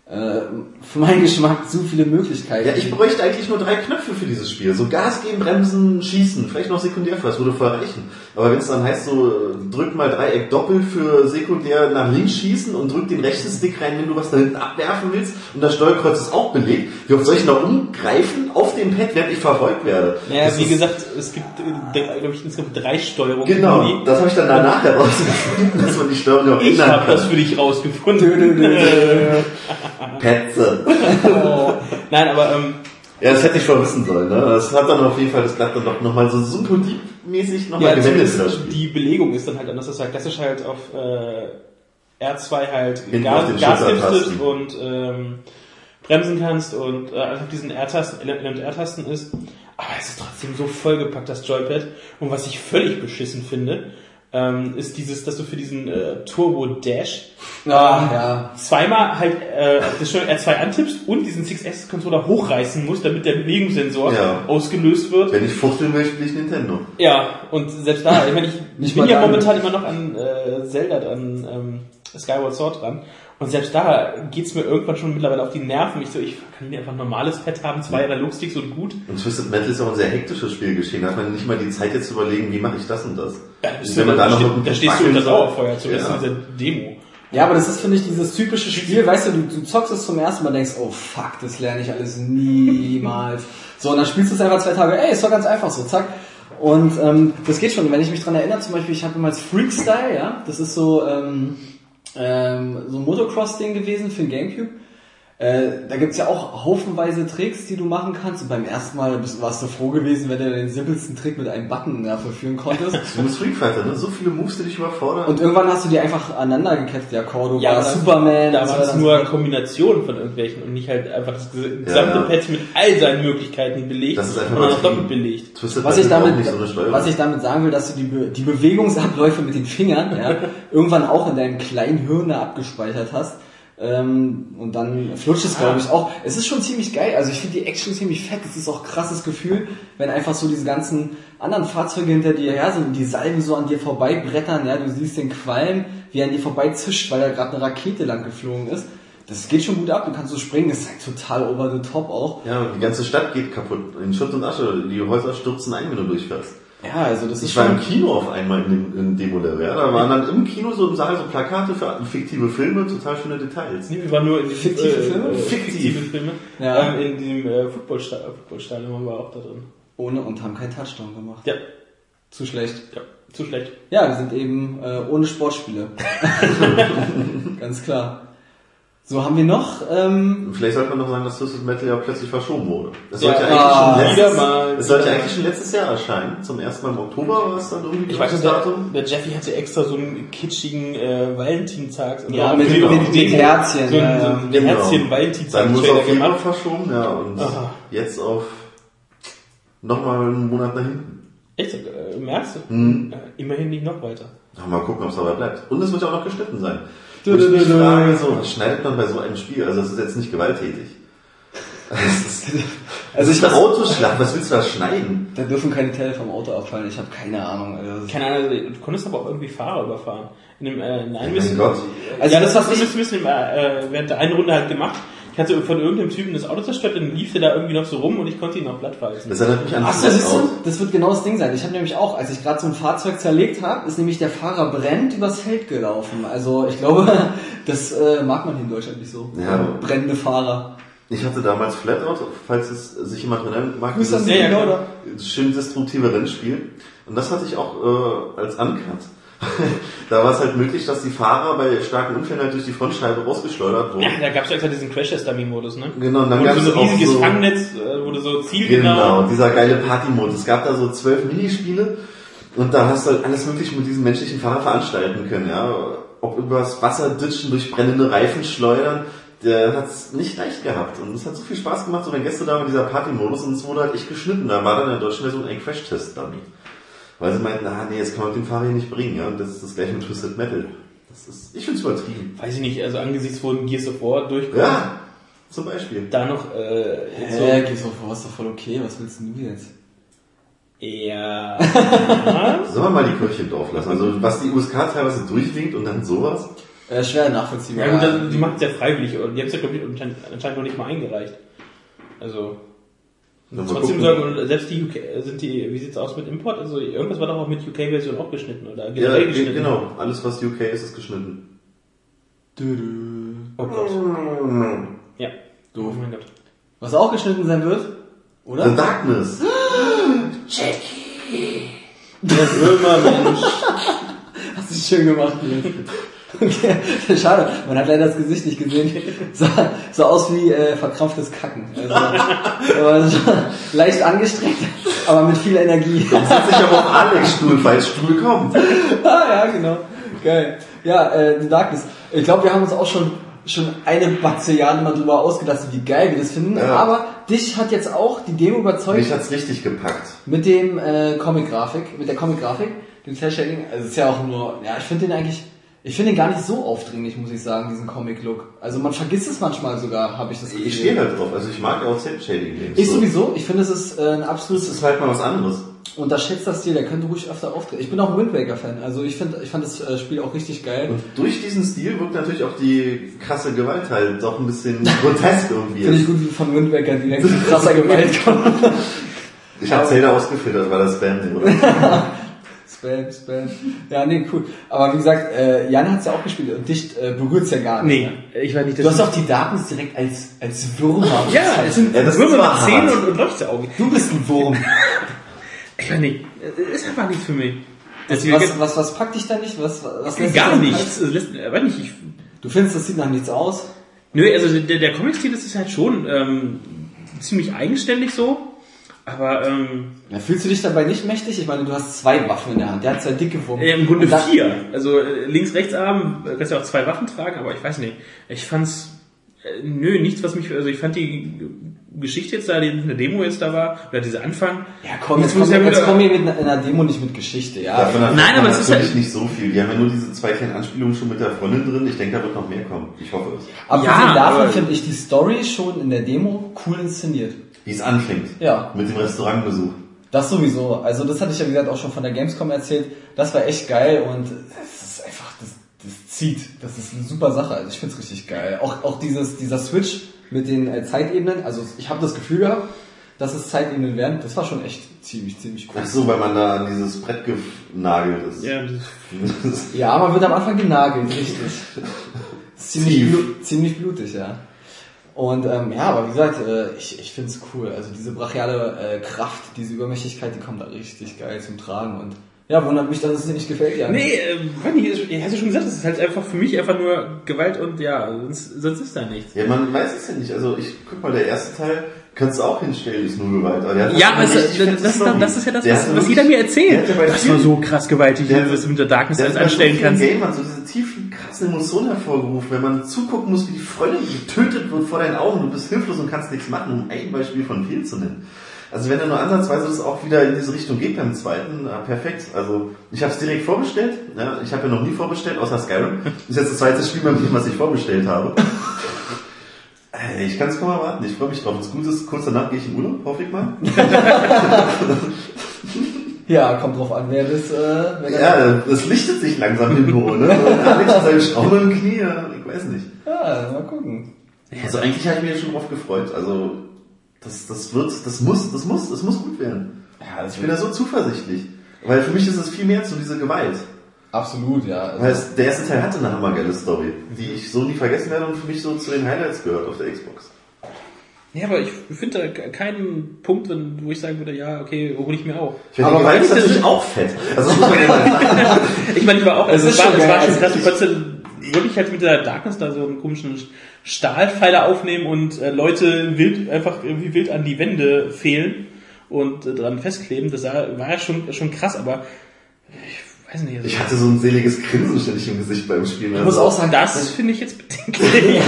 Speaker 6: äh, äh, für meinen Geschmack zu viele Möglichkeiten.
Speaker 4: Ja, ich bräuchte eigentlich nur drei Knöpfe für dieses Spiel. So Gas geben, Bremsen, Schießen, vielleicht noch Sekundärfeuer, das würde voll reichen. Aber wenn es dann heißt, so äh, drück mal Dreieck doppelt für Sekundär nach links schießen und drück den rechten Stick rein, wenn du was da hinten abwerfen willst und das Steuerkreuz ist auch belegt, wie oft soll ich noch umgreifen auf dem Pad, während ich verfolgt werde?
Speaker 7: Naja,
Speaker 4: Das
Speaker 7: wie
Speaker 4: ist-
Speaker 7: gesagt, es gibt, glaube ich, insgesamt drei Steuerungen.
Speaker 4: Genau,
Speaker 7: Die-
Speaker 4: das habe ich dann danach herausgefunden, dass man die Steuerung noch
Speaker 7: Ich
Speaker 4: ändern
Speaker 7: habe das
Speaker 4: kann.
Speaker 7: für dich rausgefunden.
Speaker 4: Petze.
Speaker 7: Nein, aber ähm,
Speaker 4: Ja, das hätte ich schon wissen sollen. Ne? Das hat dann auf jeden Fall das Blatt dann doch nochmal so symphoniemäßig nochmal
Speaker 7: ja,
Speaker 4: gewendet in
Speaker 7: zumindest
Speaker 4: das Spiel.
Speaker 7: die Belegung ist dann halt anders. Das ist halt klassisch halt auf äh, R2 halt
Speaker 4: Hinten auf den
Speaker 7: Gas
Speaker 4: Schultern
Speaker 7: gibst
Speaker 4: tasten.
Speaker 7: und ähm, bremsen kannst und äh, einfach diesen R-Tasten, L und R-Tasten ist. Aber es ist trotzdem so vollgepackt, das Joypad. Und was ich völlig beschissen finde, ähm, ist dieses, dass du für diesen äh, Turbo Dash
Speaker 6: Ach, Ah, ja.
Speaker 7: zweimal halt äh, das schon R2 antippst und diesen 6S-Controller hochreißen musst, damit der Bewegungssensor
Speaker 4: Ja.
Speaker 7: ausgelöst wird.
Speaker 4: Wenn ich fuchteln will, spiele ich Nintendo.
Speaker 7: Ja, und selbst da, ich meine, ich,
Speaker 6: Nicht
Speaker 7: ich bin
Speaker 6: mal
Speaker 7: ja
Speaker 6: da.
Speaker 7: momentan immer noch an äh, Zelda dran, ähm, Skyward Sword dran. Und selbst da geht's mir irgendwann schon mittlerweile auf die Nerven. Ich so, ich kann mir einfach ein normales Pad haben, zwei Analogsticks und gut.
Speaker 4: Und Twisted Metal ist auch ein sehr hektisches Spiel geschehen. Da hat man nicht mal die Zeit jetzt zu überlegen, wie mache ich das und das.
Speaker 7: Da,
Speaker 4: Und
Speaker 7: bist
Speaker 4: wenn
Speaker 7: du,
Speaker 4: man
Speaker 7: da,
Speaker 4: da noch
Speaker 7: ste-
Speaker 4: mit einem
Speaker 7: da stehst du
Speaker 4: Fackeln
Speaker 7: unter
Speaker 4: drauf-
Speaker 7: Sauerfeuer, zumindest
Speaker 4: Ja.
Speaker 7: in dieser Demo.
Speaker 6: Ja, aber das ist, finde ich, dieses typische Spiel, weißt du, du, du zockst es zum ersten Mal, denkst, oh fuck, das lerne ich alles niemals. So, und dann spielst du es einfach zwei Tage, ey, ist doch ganz einfach so, zack. Und ähm, das geht schon, wenn ich mich dran erinnere, zum Beispiel, ich habe damals Freakstyle, ja, das ist so, ähm, ähm, so ein Motocross-Ding gewesen für den Gamecube. Äh, da gibt's ja auch haufenweise Tricks, die du machen kannst. Und beim ersten Mal bist, warst du froh gewesen, wenn du den simpelsten Trick mit einem Button ja, vollführen konntest.
Speaker 4: Du bist Street Fighter, ne? So viele Moves, die dich überfordern.
Speaker 6: Und irgendwann hast du die einfach aneinander gekettet. Ja, Cordoba,
Speaker 7: Ja, aber das-
Speaker 6: Superman.
Speaker 7: Da
Speaker 6: das
Speaker 7: waren es
Speaker 6: dann-
Speaker 7: nur Kombinationen von irgendwelchen und nicht halt einfach das ges- gesamte
Speaker 4: ja.
Speaker 7: Pad mit all seinen Möglichkeiten belegt
Speaker 4: Das ist einfach
Speaker 7: und dann auch
Speaker 4: übertrieben.
Speaker 7: doppelt belegt.
Speaker 4: Twisted
Speaker 6: was ich,
Speaker 4: Metal
Speaker 6: damit,
Speaker 4: auch nicht so eine Steuerung.
Speaker 6: was ich damit sagen will, dass du die, Be die Bewegungsabläufe mit den Fingern ja, irgendwann auch in deinem kleinen Hirn da abgespeichert hast. Ähm, und dann flutscht es, glaube ich, auch. Es ist schon ziemlich geil. Also ich finde die Action ziemlich fett. Es ist auch krasses Gefühl, wenn einfach so diese ganzen anderen Fahrzeuge hinter dir her sind und die Salven so an dir vorbeibrettern. Ja, du siehst den Qualm, wie er an dir vorbeizischt, weil da gerade eine Rakete lang geflogen ist. Das geht schon gut ab. Du kannst so springen. Das ist halt total over the top auch.
Speaker 4: ja, und die ganze Stadt geht kaputt. In Schutt und Asche. Die Häuser stürzen ein, wenn du durchfährst.
Speaker 6: Ja, also das ist
Speaker 4: Ich war
Speaker 6: schon...
Speaker 4: im Kino auf einmal in dem in Demo-Level. Ja? Da waren dann im Kino so im Saal so Plakate für fiktive Filme, total schöne Details.
Speaker 7: Nee, wir waren nur in diesem,
Speaker 6: Fiktive Filme?
Speaker 7: Äh,
Speaker 4: Fiktiv.
Speaker 7: fiktive Filme.
Speaker 6: Ja.
Speaker 7: Ähm, in dem äh, Footballsta- Footballstadion waren wir auch da drin.
Speaker 6: Ohne und haben keinen Touchdown gemacht.
Speaker 7: Ja,
Speaker 6: Zu schlecht.
Speaker 7: ja, zu schlecht.
Speaker 6: Ja, wir sind eben äh, ohne Sportspiele. Ganz klar. So haben wir noch. Ähm,
Speaker 4: Und Vielleicht sollte man noch sagen, dass Twisted Metal ja plötzlich verschoben wurde. Es
Speaker 7: Ja,
Speaker 4: sollte,
Speaker 6: ah,
Speaker 4: eigentlich, schon
Speaker 7: wieder
Speaker 4: letztes,
Speaker 7: mal.
Speaker 4: es sollte eigentlich schon letztes Jahr erscheinen. Zum ersten Mal im Oktober war es dann irgendwie
Speaker 7: Ich weiß
Speaker 4: das
Speaker 7: nicht, der, der Jeffy hatte extra so einen kitschigen äh, Valentinstags. oder auch
Speaker 6: mit-
Speaker 7: für die-
Speaker 6: mit-
Speaker 7: für die
Speaker 6: mit
Speaker 7: Demo.
Speaker 6: Herzchen, äh,
Speaker 7: So ein,
Speaker 6: ja,
Speaker 7: so
Speaker 6: ja.
Speaker 7: ein
Speaker 4: Genau.
Speaker 7: herzchen
Speaker 4: Dann
Speaker 7: valentintag
Speaker 4: wurde es auf
Speaker 7: trailer
Speaker 4: jeden Fall
Speaker 7: gemacht.
Speaker 4: verschoben, ja. Und
Speaker 7: Aha.
Speaker 4: jetzt auf nochmal einen Monat nach hinten.
Speaker 7: Echt? Äh, Im März?
Speaker 4: Hm.
Speaker 7: Äh, Immerhin nicht noch weiter.
Speaker 4: Ach, mal gucken, ob es dabei bleibt. Und es wird ja auch noch geschnitten sein. Und ich mich frage so, was schneidet man bei so einem Spiel? Also es ist jetzt nicht gewalttätig. Es ist,
Speaker 6: also ich
Speaker 4: ist ein
Speaker 6: da
Speaker 4: Autoschlag, was willst du da schneiden?
Speaker 6: dürfen keine Teile vom Auto abfallen. Ich habe keine Ahnung. Also,
Speaker 7: Keine Ahnung, also, du konntest aber auch irgendwie Fahrer überfahren. In dem, äh, in einem
Speaker 4: mein
Speaker 7: Wissen-
Speaker 4: Gott.
Speaker 6: Also
Speaker 7: ja,
Speaker 6: das,
Speaker 7: das hast du
Speaker 6: was ich-
Speaker 7: ein bisschen äh, äh, während der einen Runde halt gemacht. Ich hatte von irgendeinem Typen das Auto zerstört, dann lief der da irgendwie noch so rum und ich konnte ihn noch plattweisen.
Speaker 4: Das erinnert mich an
Speaker 6: Ach so,
Speaker 4: Flat
Speaker 6: siehst
Speaker 4: Out.
Speaker 6: du, das wird genau das Ding sein. Ich habe nämlich auch, als ich gerade so ein Fahrzeug zerlegt habe, ist nämlich der Fahrer brennt übers Feld gelaufen. Also ich glaube, das äh, mag man hier in Deutschland nicht so.
Speaker 4: Ja.
Speaker 6: Brennende Fahrer.
Speaker 4: Ich hatte damals Flatout, falls es sich jemand erinnern mag,
Speaker 6: Grüß an
Speaker 4: dieses
Speaker 7: ja, ja,
Speaker 6: Genau
Speaker 7: klar.
Speaker 6: da.
Speaker 4: schön destruktive Rennspiel. Und das hatte ich auch äh, als Uncut. da war es halt möglich, dass die Fahrer bei starken Unfällen halt durch die Frontscheibe rausgeschleudert wurden.
Speaker 7: Ja, da gab es extra diesen Crash-Dummy-Modus, ne?
Speaker 4: Genau, und dann
Speaker 7: Wo
Speaker 4: gab
Speaker 7: du
Speaker 4: es
Speaker 7: so ein
Speaker 4: auch
Speaker 7: riesiges
Speaker 4: so...
Speaker 7: Fangnetz, äh, wo du so zielgenau
Speaker 4: Genau, dieser geile Partymodus. Es gab da so zwölf Minispiele und da hast du halt alles Mögliche mit diesem menschlichen Fahrer veranstalten können. Ja? Ob übers Wasser ditschen, durch brennende Reifen schleudern, der hat's nicht leicht gehabt. Und es hat so viel Spaß gemacht, so wenn Gäste da mit dieser Partymodus und es wurde halt echt geschnitten. Da war dann in der deutschen Version ein Crash-Test-Dummy. Weil sie meinten, ah nee, das kann man mit dem Fahrer hier nicht bringen. Ja? Und das ist das gleiche mit Twisted Metal. Das ist, ich find's übertrieben.
Speaker 7: Weiß ich nicht, also angesichts, wo ein Gears of War durchkommt,
Speaker 4: Ja, zum Beispiel.
Speaker 7: da noch äh, jetzt
Speaker 6: So. Äh, Gears of War ist doch voll okay. Was willst denn du jetzt?
Speaker 7: so eher...
Speaker 4: Sollen wir mal die Kirche im Dorf lassen? Also was die USK teilweise durchwinkt und dann sowas?
Speaker 6: Äh, schwer nachvollziehbar.
Speaker 7: Ja, gut, dann, die machen es ja freiwillig und die haben es ja, glaube ich, anscheinend anscheinend noch nicht mal eingereicht. Also.
Speaker 4: Na, mal
Speaker 7: trotzdem
Speaker 4: gucken.
Speaker 7: sagen, selbst die UK, sind die, wie sieht's aus mit Import? Also, irgendwas war doch auch mit UK-Version auch geschnitten oder
Speaker 4: Ja,
Speaker 7: generell
Speaker 4: ge-
Speaker 7: geschnitten.
Speaker 4: genau. Alles, was UK ist, ist geschnitten.
Speaker 7: Oh Gott. Ja. Oh
Speaker 6: Doof.
Speaker 7: mein Gott.
Speaker 6: Was auch geschnitten sein wird,
Speaker 4: The
Speaker 6: oder?
Speaker 4: Darkness.
Speaker 6: Hast du schön gemacht, Nils. Okay, schade, man hat leider das Gesicht nicht gesehen. Sah, sah aus wie äh, verkrampftes Kacken. Also, aber es war leicht angestrengt, aber mit viel Energie.
Speaker 4: Setz dich aber auf Alex Stuhl, falls Stuhl kommt.
Speaker 6: ah, ja, genau. Geil. Ja, äh, The Darkness. Ich glaube, wir haben uns auch schon schon eine Bazilliarde mal drüber ausgelassen, wie geil wir das finden.
Speaker 4: Ja.
Speaker 6: Aber dich hat jetzt auch die Demo überzeugt
Speaker 4: Mich hat's richtig gepackt.
Speaker 6: mit dem äh, Comic-Grafik, mit der Comic-Grafik, dem Cell-Shading. Also es ist ja auch nur, ja, ich finde den eigentlich, ich finde den gar nicht so aufdringlich, muss ich sagen, diesen Comic-Look. Also man vergisst es manchmal sogar, habe ich das Gefühl.
Speaker 4: Ich stehe halt drauf. Also ich mag ja auch Cell-Shading.
Speaker 6: Ich sowieso, ich finde es ist äh, ein
Speaker 4: Das
Speaker 6: absolutes
Speaker 4: ist halt mal was anderes.
Speaker 6: unterschätzter Stil, der könnte ruhig öfter auftreten. Ich bin auch ein Wind Waker-Fan, also ich finde, ich fand das äh, Spiel auch richtig geil.
Speaker 4: Und durch diesen Stil wirkt natürlich auch die krasse Gewalt halt doch ein bisschen grotesk irgendwie.
Speaker 6: Finde ich gut, wie von Wind Waker direkt mit krasser Gewalt kommt.
Speaker 4: Ich habe Zelda ausgefiltert, weil das Spam oder?
Speaker 6: Spam, Spam. Ja, nee, cool. Aber wie gesagt, äh, Jan hat's ja auch gespielt und dich äh, berührt's ja gar nicht.
Speaker 7: Nee,
Speaker 6: ne?
Speaker 7: ich weiß nicht,
Speaker 6: Du hast auch die Daten direkt als, als Würmer.
Speaker 7: Ja, es sind
Speaker 4: Ja, das ist
Speaker 7: Würmer
Speaker 4: zwar
Speaker 7: mit Zähnen
Speaker 4: hart.
Speaker 7: und, und Leuchteaugen.
Speaker 6: Du bist ein Wurm.
Speaker 7: Ich weiß nicht, es ist einfach nichts für mich. Deswegen
Speaker 6: Was, was, was packt dich da nicht? Was, was lässt
Speaker 7: gar
Speaker 6: dich da
Speaker 7: nichts. Also, lässt- äh, weiß nicht, ich
Speaker 6: Du findest, das sieht nach nichts aus.
Speaker 7: Nö, also der, der Comic-Stil das ist halt schon ähm, ziemlich eigenständig so, aber ähm,
Speaker 6: Na, fühlst du dich dabei nicht mächtig? Ich meine, du hast zwei Waffen in der Hand. Der hat zwei dicke Wurm.
Speaker 7: äh, im Grunde
Speaker 6: Und da-
Speaker 7: vier. Also äh, links, rechts Arm, äh, kannst ja auch zwei Waffen tragen, aber ich weiß nicht. Ich fand's äh, nö, nichts, was mich also ich fand die Geschichte jetzt da, die in der Demo jetzt da war, oder dieser Anfang.
Speaker 6: Ja, komm, jetzt,
Speaker 7: muss
Speaker 6: komm,
Speaker 7: ja
Speaker 6: jetzt
Speaker 7: wieder-
Speaker 6: kommen wir mit einer- einer Demo nicht mit Geschichte, ja.
Speaker 4: Davon hat-
Speaker 7: Nein, aber
Speaker 4: hat
Speaker 7: es ist
Speaker 4: natürlich
Speaker 7: halt-
Speaker 4: nicht so viel. Die haben ja nur diese zwei kleinen Anspielungen schon mit der Freundin drin. Ich denke, da wird noch mehr kommen. Ich hoffe es.
Speaker 6: Abgesehen
Speaker 7: Ja,
Speaker 6: davon
Speaker 7: aber-
Speaker 6: finde ich die Story schon in der Demo cool inszeniert.
Speaker 4: Wie es anfängt.
Speaker 6: Ja.
Speaker 4: Mit dem Restaurantbesuch.
Speaker 6: Das sowieso. Also das hatte ich ja wie gesagt auch schon von der Gamescom erzählt. Das war echt geil und es ist einfach, das, das zieht. Das ist eine super Sache. Also ich find's richtig geil. Auch, auch dieses, dieser Switch mit den äh, Zeitebenen. Also ich habe das Gefühl gehabt, dass es Zeitebenen werden. Das war schon echt ziemlich, ziemlich cool.
Speaker 4: Ach so, weil man da an dieses Brett genagelt ist.
Speaker 7: Ja, das-
Speaker 6: Ja, man wird am Anfang genagelt, richtig. ziemlich,
Speaker 4: Tief.
Speaker 6: blu ziemlich blutig, ja. Und ähm, ja, aber wie gesagt, äh, ich, ich find's cool. Also diese brachiale äh, Kraft, diese Übermächtigkeit, die kommt da richtig geil zum Tragen. Und ja, wundert mich, dass es dir nicht gefällt, ja.
Speaker 7: Nee, ähm, weiß nicht, ist- ich hast du schon gesagt, es ist halt einfach für mich einfach nur Gewalt und ja, sonst, sonst ist da nichts.
Speaker 4: Ja, man weiß es ja nicht. Also ich guck mal, der erste Teil kannst du auch hinstellen, ist nur Gewalt. Aber der hat
Speaker 7: Ja,
Speaker 4: eine
Speaker 7: aber es,
Speaker 4: richtig fette
Speaker 7: das, das,
Speaker 4: Story.
Speaker 7: das ist ja das,
Speaker 4: Der
Speaker 7: was,
Speaker 4: hat
Speaker 7: was
Speaker 4: wirklich-
Speaker 7: jeder mir
Speaker 4: der
Speaker 7: erzählt.
Speaker 4: hat ja bei
Speaker 7: Das war
Speaker 4: vielen-
Speaker 7: so krass gewaltig,
Speaker 4: Der-
Speaker 7: was du mit der Darkness
Speaker 4: Das
Speaker 7: alles
Speaker 4: ist anstellen
Speaker 7: anstellen
Speaker 4: so kannst.
Speaker 7: kannst.
Speaker 4: Game hat so diese tiefen, krassen Emotionen hervorgerufen, wenn man zugucken muss, wie die Freundin getötet wird vor deinen Augen, du bist hilflos und kannst nichts machen, um ein Beispiel von vielen zu nennen. Also wenn er nur ansatzweise das auch wieder in diese Richtung geht beim zweiten, äh, perfekt. Also ich habe es direkt vorbestellt. Ja, ich habe ja noch nie vorbestellt, außer Skyrim. Ist jetzt das zweite Spiel bei mir, was ich vorbestellt habe. Ey, Ich kann es kaum erwarten. Ich freue mich drauf. Das Gute ist, kurz danach gehe ich in Urlaub, hoffe ich mal.
Speaker 6: Ja, kommt drauf an, wer das, äh, wer das
Speaker 4: Ja, das lichtet sich langsam im Büro, ne? Und Alex hat seine Schraube im Knie. ja, Ich weiß nicht.
Speaker 6: ja, mal gucken.
Speaker 4: Also eigentlich habe ich mich schon drauf gefreut. Also das, das wird, das muss, das muss, das muss gut werden.
Speaker 6: Ja, das
Speaker 4: Ich bin da so zuversichtlich. Weil für mich ist es viel mehr zu dieser Gewalt.
Speaker 6: absolut, ja.
Speaker 4: Das
Speaker 6: Also, Mhm.
Speaker 4: heißt, der erste Teil hatte eine hammergeile Story, die ich so nie vergessen werde und für mich so zu den Highlights gehört auf der Xbox.
Speaker 7: Ja, aber ich finde da ke- keinen Punkt, drin, wo ich sagen würde, ja, okay, hole ich mir auch.
Speaker 4: Ich meine,
Speaker 6: Aber
Speaker 4: die Gewalt ist
Speaker 7: weil ich das-
Speaker 4: natürlich auch fett. Also das muss man ja mal sagen.
Speaker 7: Ich meine, ich war auch,
Speaker 6: Es
Speaker 7: also es
Speaker 6: ist
Speaker 7: war,
Speaker 6: schon
Speaker 7: es war
Speaker 6: geil,
Speaker 7: schon krass,
Speaker 6: also
Speaker 7: du konntest ja wirklich halt mit der Darkness da so einen komischen Stahlpfeiler aufnehmen und äh, Leute wild, einfach irgendwie wild an die Wände fehlen und äh, dran festkleben. Das sah, war ja schon, schon krass, aber ich weiß nicht. Also
Speaker 4: Ich hatte so ein seliges Grinsen ständig im Gesicht beim Spielen. Also,
Speaker 6: ich muss auch sagen,
Speaker 7: das finde ich jetzt bedenklich.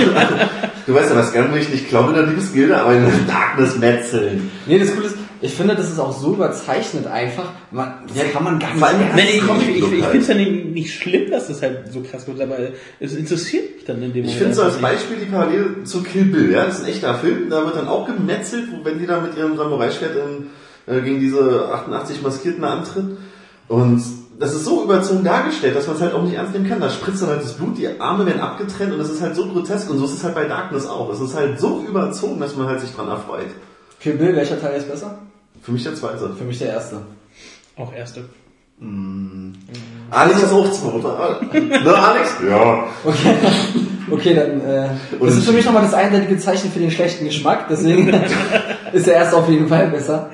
Speaker 4: du weißt ja, was gern will ich nicht glauben in der Liebesgilde, aber in der Darkness metzeln.
Speaker 6: Nee, das Coole ist, ich finde, das ist auch so überzeichnet einfach. Man, das kann man gar
Speaker 4: vor allem-
Speaker 6: nicht.
Speaker 7: Nein, ich, ich, ich, ich
Speaker 4: Lokal.
Speaker 7: finde es ja nicht, nicht schlimm, dass das halt so krass wird, aber es interessiert mich dann in dem
Speaker 4: Ich finde so als
Speaker 7: einfach nicht.
Speaker 4: Beispiel die Parallele zu Kill Bill, ja, das ist ein echter Film, da wird dann auch gemetzelt, wo- wenn die da mit ihrem Samurai-Schwert in, äh, gegen diese 88 Maskierten da antritt. Und das ist so überzogen dargestellt, dass man es halt auch nicht ernst nehmen kann. Da spritzt dann halt das Blut, die Arme werden abgetrennt und das ist halt so grotesk und so ist es halt bei Darkness auch. Es ist halt so überzogen, dass man halt sich dran erfreut.
Speaker 6: Kill Bill, welcher Teil ist besser?
Speaker 4: Für mich der zweite.
Speaker 6: Für mich der erste.
Speaker 7: Auch erste.
Speaker 4: Alex ist auch zweiter. ne, Alex? Ja.
Speaker 6: Okay, okay dann. Äh,
Speaker 4: Und-
Speaker 6: das ist für mich nochmal das eindeutige Zeichen für den schlechten Geschmack, deswegen ist der erste auf jeden Fall besser.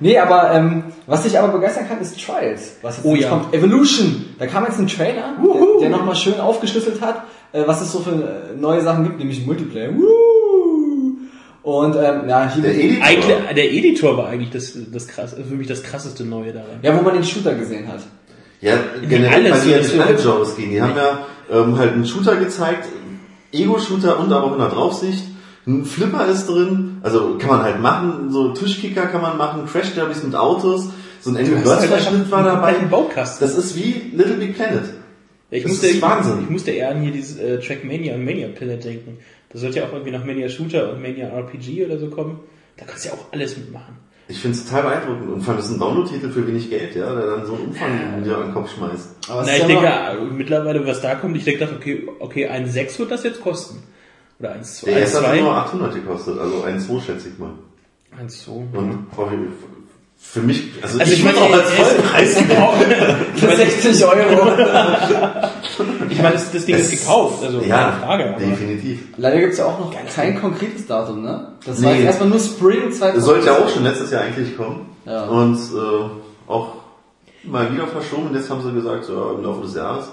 Speaker 6: Nee, aber ähm, was ich aber begeistern kann, ist Trials. Was jetzt
Speaker 7: Oh
Speaker 6: jetzt
Speaker 7: ja.
Speaker 6: kommt. Evolution. Da kam jetzt ein Trailer,
Speaker 7: Wuhu.
Speaker 6: der, der nochmal schön aufgeschlüsselt hat, äh, was es so für äh, neue Sachen gibt, nämlich Multiplayer. Wuhu. Und ähm, ja, hier
Speaker 4: Der Editor.
Speaker 7: Eigentlich, der Editor war eigentlich das, das krass, also für mich das krasseste Neue daran.
Speaker 6: ja, wo man den Shooter gesehen hat.
Speaker 4: Ja, generell,
Speaker 7: alles,
Speaker 4: weil die ja
Speaker 7: das
Speaker 4: durch
Speaker 7: ist-
Speaker 4: alle Genres gehen. Die haben ja ähm, halt einen Shooter gezeigt, Ego-Shooter und aber auch in der Draufsicht. Ein Flipper ist drin, also kann man halt machen, so Tischkicker kann man machen, Crash-Derbys mit Autos, so ein Angry
Speaker 7: Das ist halt
Speaker 4: Birds-Verschnitt war dabei.
Speaker 7: Ein Baukasten.
Speaker 4: Das ist wie Little Big Planet.
Speaker 7: Ich
Speaker 4: das
Speaker 7: musste,
Speaker 4: ist Wahnsinn.
Speaker 7: Ich musste eher an hier dieses äh, Trackmania und Mania Planet denken. Das sollte ja auch irgendwie nach Mania Shooter und Mania RPG oder so kommen. Da kannst du ja auch alles mitmachen.
Speaker 4: Ich finde es total beeindruckend und vor allem das ist ein Download-Titel für wenig Geld, ja, der dann so einen Umfang dir an den Kopf schmeißt.
Speaker 6: Aber es
Speaker 7: Na,
Speaker 6: ist ja
Speaker 7: ich denke,
Speaker 6: noch-
Speaker 7: äh, mittlerweile, was da kommt, ich denke, dachte, okay, okay, 1,6 wird das jetzt kosten. Oder 1,2.
Speaker 4: Der erste hat nur
Speaker 7: 1,2.
Speaker 4: 800 gekostet, also 1,2 schätze ich mal.
Speaker 7: 1,2.
Speaker 4: Und auch für mich, also,
Speaker 7: Mhm. Also ich
Speaker 4: würd's
Speaker 7: meine, er ist-
Speaker 4: Vollpreis
Speaker 7: Ich meine,
Speaker 6: 60 Euro.
Speaker 7: ich meine, das, das Ding ist
Speaker 4: Es-
Speaker 7: gekauft, also keine
Speaker 4: ja,
Speaker 7: Frage. aber-
Speaker 4: definitiv.
Speaker 6: Leider gibt's ja auch noch kein konkretes Datum, ne? Das war
Speaker 4: Nee.
Speaker 6: jetzt erstmal nur Spring 2000.
Speaker 4: Es sollte ja auch schon letztes Jahr eigentlich kommen.
Speaker 6: Ja.
Speaker 4: Und äh, auch mal wieder verschoben. Und jetzt haben sie gesagt, so, ja, im Laufe des Jahres.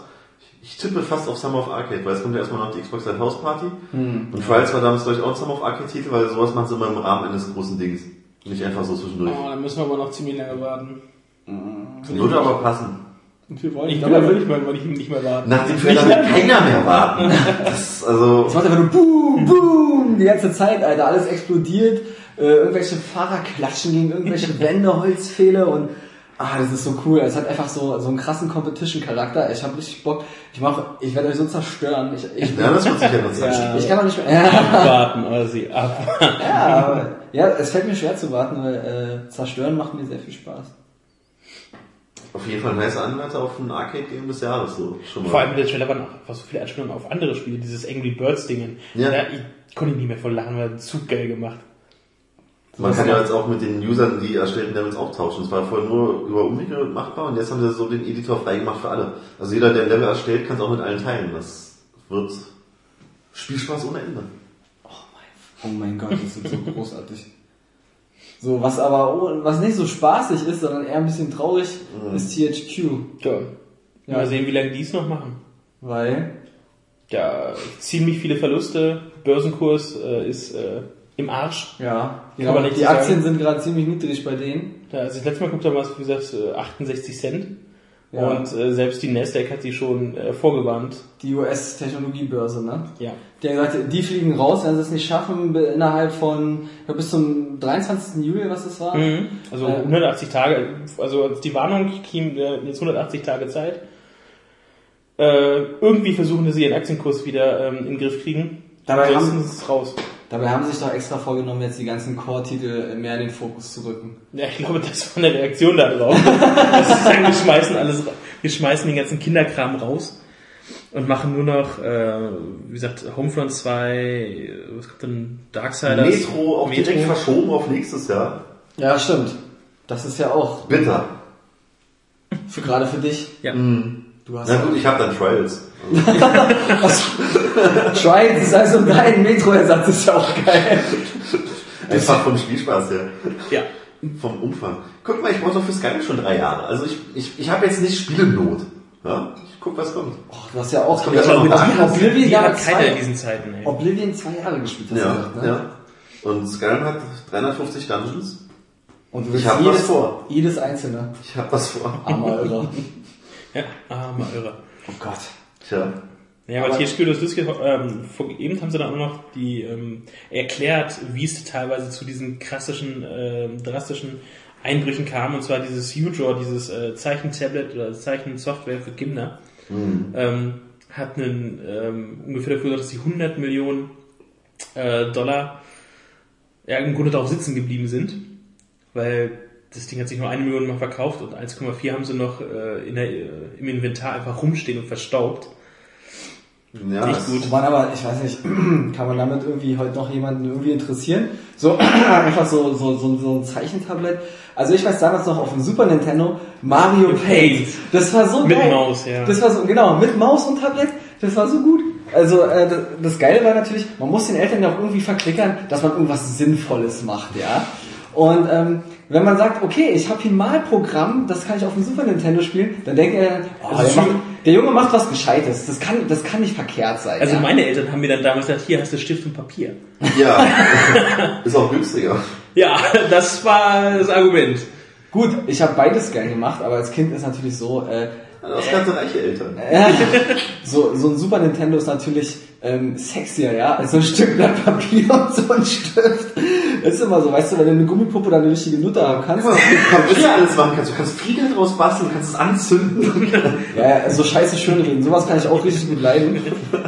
Speaker 4: Ich tippe fast auf Summer of Arcade, weil es kommt ja erstmal noch die Xbox Live House Party.
Speaker 7: Hm.
Speaker 4: Und Trials war damals, glaube ich, auch ein Summer of Arcade-Titel, weil sowas machen sie immer im Rahmen eines großen Dings. Nicht einfach so zwischendurch.
Speaker 3: Oh, dann müssen wir aber noch ziemlich lange warten.
Speaker 4: Würde aber passen.
Speaker 3: Und wir wollen
Speaker 7: Ich
Speaker 3: nicht
Speaker 7: glaube, da
Speaker 3: lange
Speaker 7: würde ich mal, weil ich nicht mehr warten.
Speaker 4: Nach dem Trailer will keiner mehr warten. Das, also,
Speaker 6: Es macht einfach nur Boom, Boom, die ganze Zeit, Alter, alles explodiert, äh, irgendwelche Fahrer klatschen gegen irgendwelche Wände, Holzpfähle und ah, das ist so cool. Es hat einfach so so einen krassen Competition-Charakter. Ich habe richtig Bock. Ich mach, ich werde euch so zerstören. Ich, ich,
Speaker 4: ja, das wird sicher noch Zeit.
Speaker 6: ich kann auch nicht mehr. Ja,
Speaker 7: Warten, oder sie ah. ab.
Speaker 6: ja, aber, ja, es fällt mir schwer zu warten, weil äh, zerstören macht mir sehr viel Spaß.
Speaker 4: Auf jeden Fall ein heißer Anwärter auf ein Arcade-Game des Jahres, so. Schon mal.
Speaker 7: Vor allem der Trailer war noch einfach so viele Anspielungen auf andere Spiele, dieses Angry Birds Dingen.
Speaker 4: Ja.
Speaker 7: Da, ich konnte nicht mehr voll lachen, weil zu geil gemacht.
Speaker 4: Man kann ja jetzt auch mit den Usern die erstellten Levels auch tauschen. Es war vorher nur über Umwege machbar und jetzt haben sie so den Editor freigemacht für alle. Also jeder, der ein Level erstellt, kann es auch mit allen teilen. Das wird Spielspaß ohne Ende.
Speaker 6: Oh mein Gott, das ist so großartig. So, was aber oh, was nicht so spaßig ist, sondern eher ein bisschen traurig, ist THQ.
Speaker 7: Tja.
Speaker 6: Ja.
Speaker 7: Mal sehen, wie lange die es noch machen.
Speaker 6: Weil.
Speaker 7: Ja, ziemlich viele Verluste, Börsenkurs äh, ist äh, im Arsch.
Speaker 6: Ja,
Speaker 7: Kann man nicht
Speaker 6: die
Speaker 7: so sagen.
Speaker 6: Aktien sind gerade ziemlich niedrig bei denen.
Speaker 7: Da, als ich letztes Mal geguckt habe, war es, wie gesagt, äh, 68 Cent.
Speaker 6: Ja.
Speaker 7: Und äh, selbst die Nasdaq hat sie schon äh, vorgewarnt.
Speaker 6: Die US-Technologiebörse, ne?
Speaker 7: Ja.
Speaker 6: Die haben gesagt, die fliegen raus, wenn sie es nicht schaffen, be- innerhalb von, ich glaub, bis zum 23. Juli, was das war.
Speaker 7: Also
Speaker 6: Ähm.
Speaker 7: 180 Tage, also als die Warnung ging, äh, jetzt 180 Tage Zeit. Äh, irgendwie versuchen sie ihren Aktienkurs wieder ähm, in den Griff kriegen.
Speaker 6: Dabei
Speaker 7: Ansonsten
Speaker 6: haben-
Speaker 7: ist es raus.
Speaker 6: Dabei haben sie sich doch extra vorgenommen, jetzt die ganzen Core-Titel mehr in den Fokus zu rücken.
Speaker 7: Ja, ich glaube, das war eine Reaktion da drauf. das ist dann, wir schmeißen alles, ra- wir schmeißen den ganzen Kinderkram raus und machen nur noch, äh, wie gesagt, Homefront 2, äh, was kommt denn, Darksiders?
Speaker 4: Metro auch direkt
Speaker 7: Metro.
Speaker 4: verschoben auf nächstes Jahr.
Speaker 6: Ja, stimmt. Das ist ja auch,
Speaker 4: Bitter.
Speaker 6: für, gerade für dich. Mhm.
Speaker 7: Ja.
Speaker 6: Du hast
Speaker 4: Na gut, ich habe dann Trials.
Speaker 6: Trials ist also dein Metro-Ersatz, ist ja auch geil.
Speaker 4: Einfach vom Spielspaß her.
Speaker 7: ja.
Speaker 4: Vom Umfang. Guck mal, ich brauche doch für Skyrim schon drei Jahre. Also ich, ich, ich habe jetzt nicht Spielenot. Ja? Ich guck, was kommt.
Speaker 6: Och, du hast ja auch
Speaker 4: kommt ja schon noch nach.
Speaker 6: Oblivion
Speaker 7: Die
Speaker 6: Jahre
Speaker 7: hat keiner in
Speaker 6: zwei,
Speaker 7: diesen Zeiten, ey.
Speaker 6: Oblivion zwei Jahre gespielt, hast du
Speaker 4: Ja,
Speaker 6: gesagt, ne?
Speaker 4: ja. Und Skyrim hat 350 Dungeons.
Speaker 6: Und du
Speaker 4: Ich
Speaker 6: willst
Speaker 4: hab was
Speaker 6: jedes,
Speaker 4: vor.
Speaker 6: jedes einzelne.
Speaker 4: Ich habe was vor.
Speaker 6: Armer Irrer.
Speaker 7: Ja, armer Irrer.
Speaker 6: Oh Gott.
Speaker 4: Tja.
Speaker 7: Ja, aber hier spielt das lustige, ähm, vor, eben haben sie dann auch noch die ähm, erklärt, wie es teilweise zu diesen klassischen, ähm, drastischen Einbrüchen kam, und zwar dieses U-Draw, dieses äh, Zeichentablet oder Zeichensoftware für Kinder,
Speaker 4: Hm.
Speaker 7: ähm, hat einen ähm, ungefähr dafür gesorgt, dass die 100 Millionen äh, Dollar ja, im Grunde darauf sitzen geblieben sind, weil das Ding hat sich nur eine Million Mal verkauft und 1,4 haben sie noch äh, in der, äh, im Inventar einfach rumstehen und verstaubt.
Speaker 4: Ja,
Speaker 7: Nicht
Speaker 4: es-
Speaker 7: gut.
Speaker 6: Man aber, ich weiß nicht, kann man damit irgendwie heute noch jemanden irgendwie interessieren? So, einfach so, so, so, so ein Zeichentablett. Also ich weiß damals noch auf dem Super Nintendo Mario
Speaker 7: Mit
Speaker 6: Paint.
Speaker 7: Paint.
Speaker 6: Das war so
Speaker 7: Mit
Speaker 6: geil.
Speaker 7: Maus, ja.
Speaker 6: Das war so, genau, mit Maus und Tablett. Das war so gut. Also äh, das, das Geile war natürlich, man muss den Eltern ja auch irgendwie verklickern, dass man irgendwas Sinnvolles macht, ja. Und ähm, wenn man sagt, okay, ich habe hier ein Malprogramm, das kann ich auf dem Super Nintendo spielen, dann denkt er, oh,
Speaker 7: Das
Speaker 6: der,
Speaker 7: ist
Speaker 6: macht,
Speaker 7: schon-
Speaker 6: der Junge macht was Gescheites. Das kann, das kann nicht verkehrt sein.
Speaker 7: Also
Speaker 6: ja.
Speaker 7: meine Eltern haben mir dann damals gesagt, hier hast du Stift und Papier.
Speaker 4: Ja, ist auch günstiger.
Speaker 7: Ja, das war das Argument.
Speaker 6: Gut, ich habe beides gern gemacht, aber als Kind ist natürlich so, äh,
Speaker 4: Du hast ganz reiche Eltern.
Speaker 6: so, so ein Super Nintendo ist natürlich ähm, sexier, ja, als so ein Stück Blatt Papier und so ein Stift. Das ist immer so, weißt du, wenn du eine Gummipuppe oder eine richtige Nutte haben kannst,
Speaker 4: Du ja alles machen kannst. Du kannst Flieger draus basteln, du kannst es anzünden.
Speaker 6: ja, ja, so scheiße schönreden, sowas kann ich auch richtig gut leiden.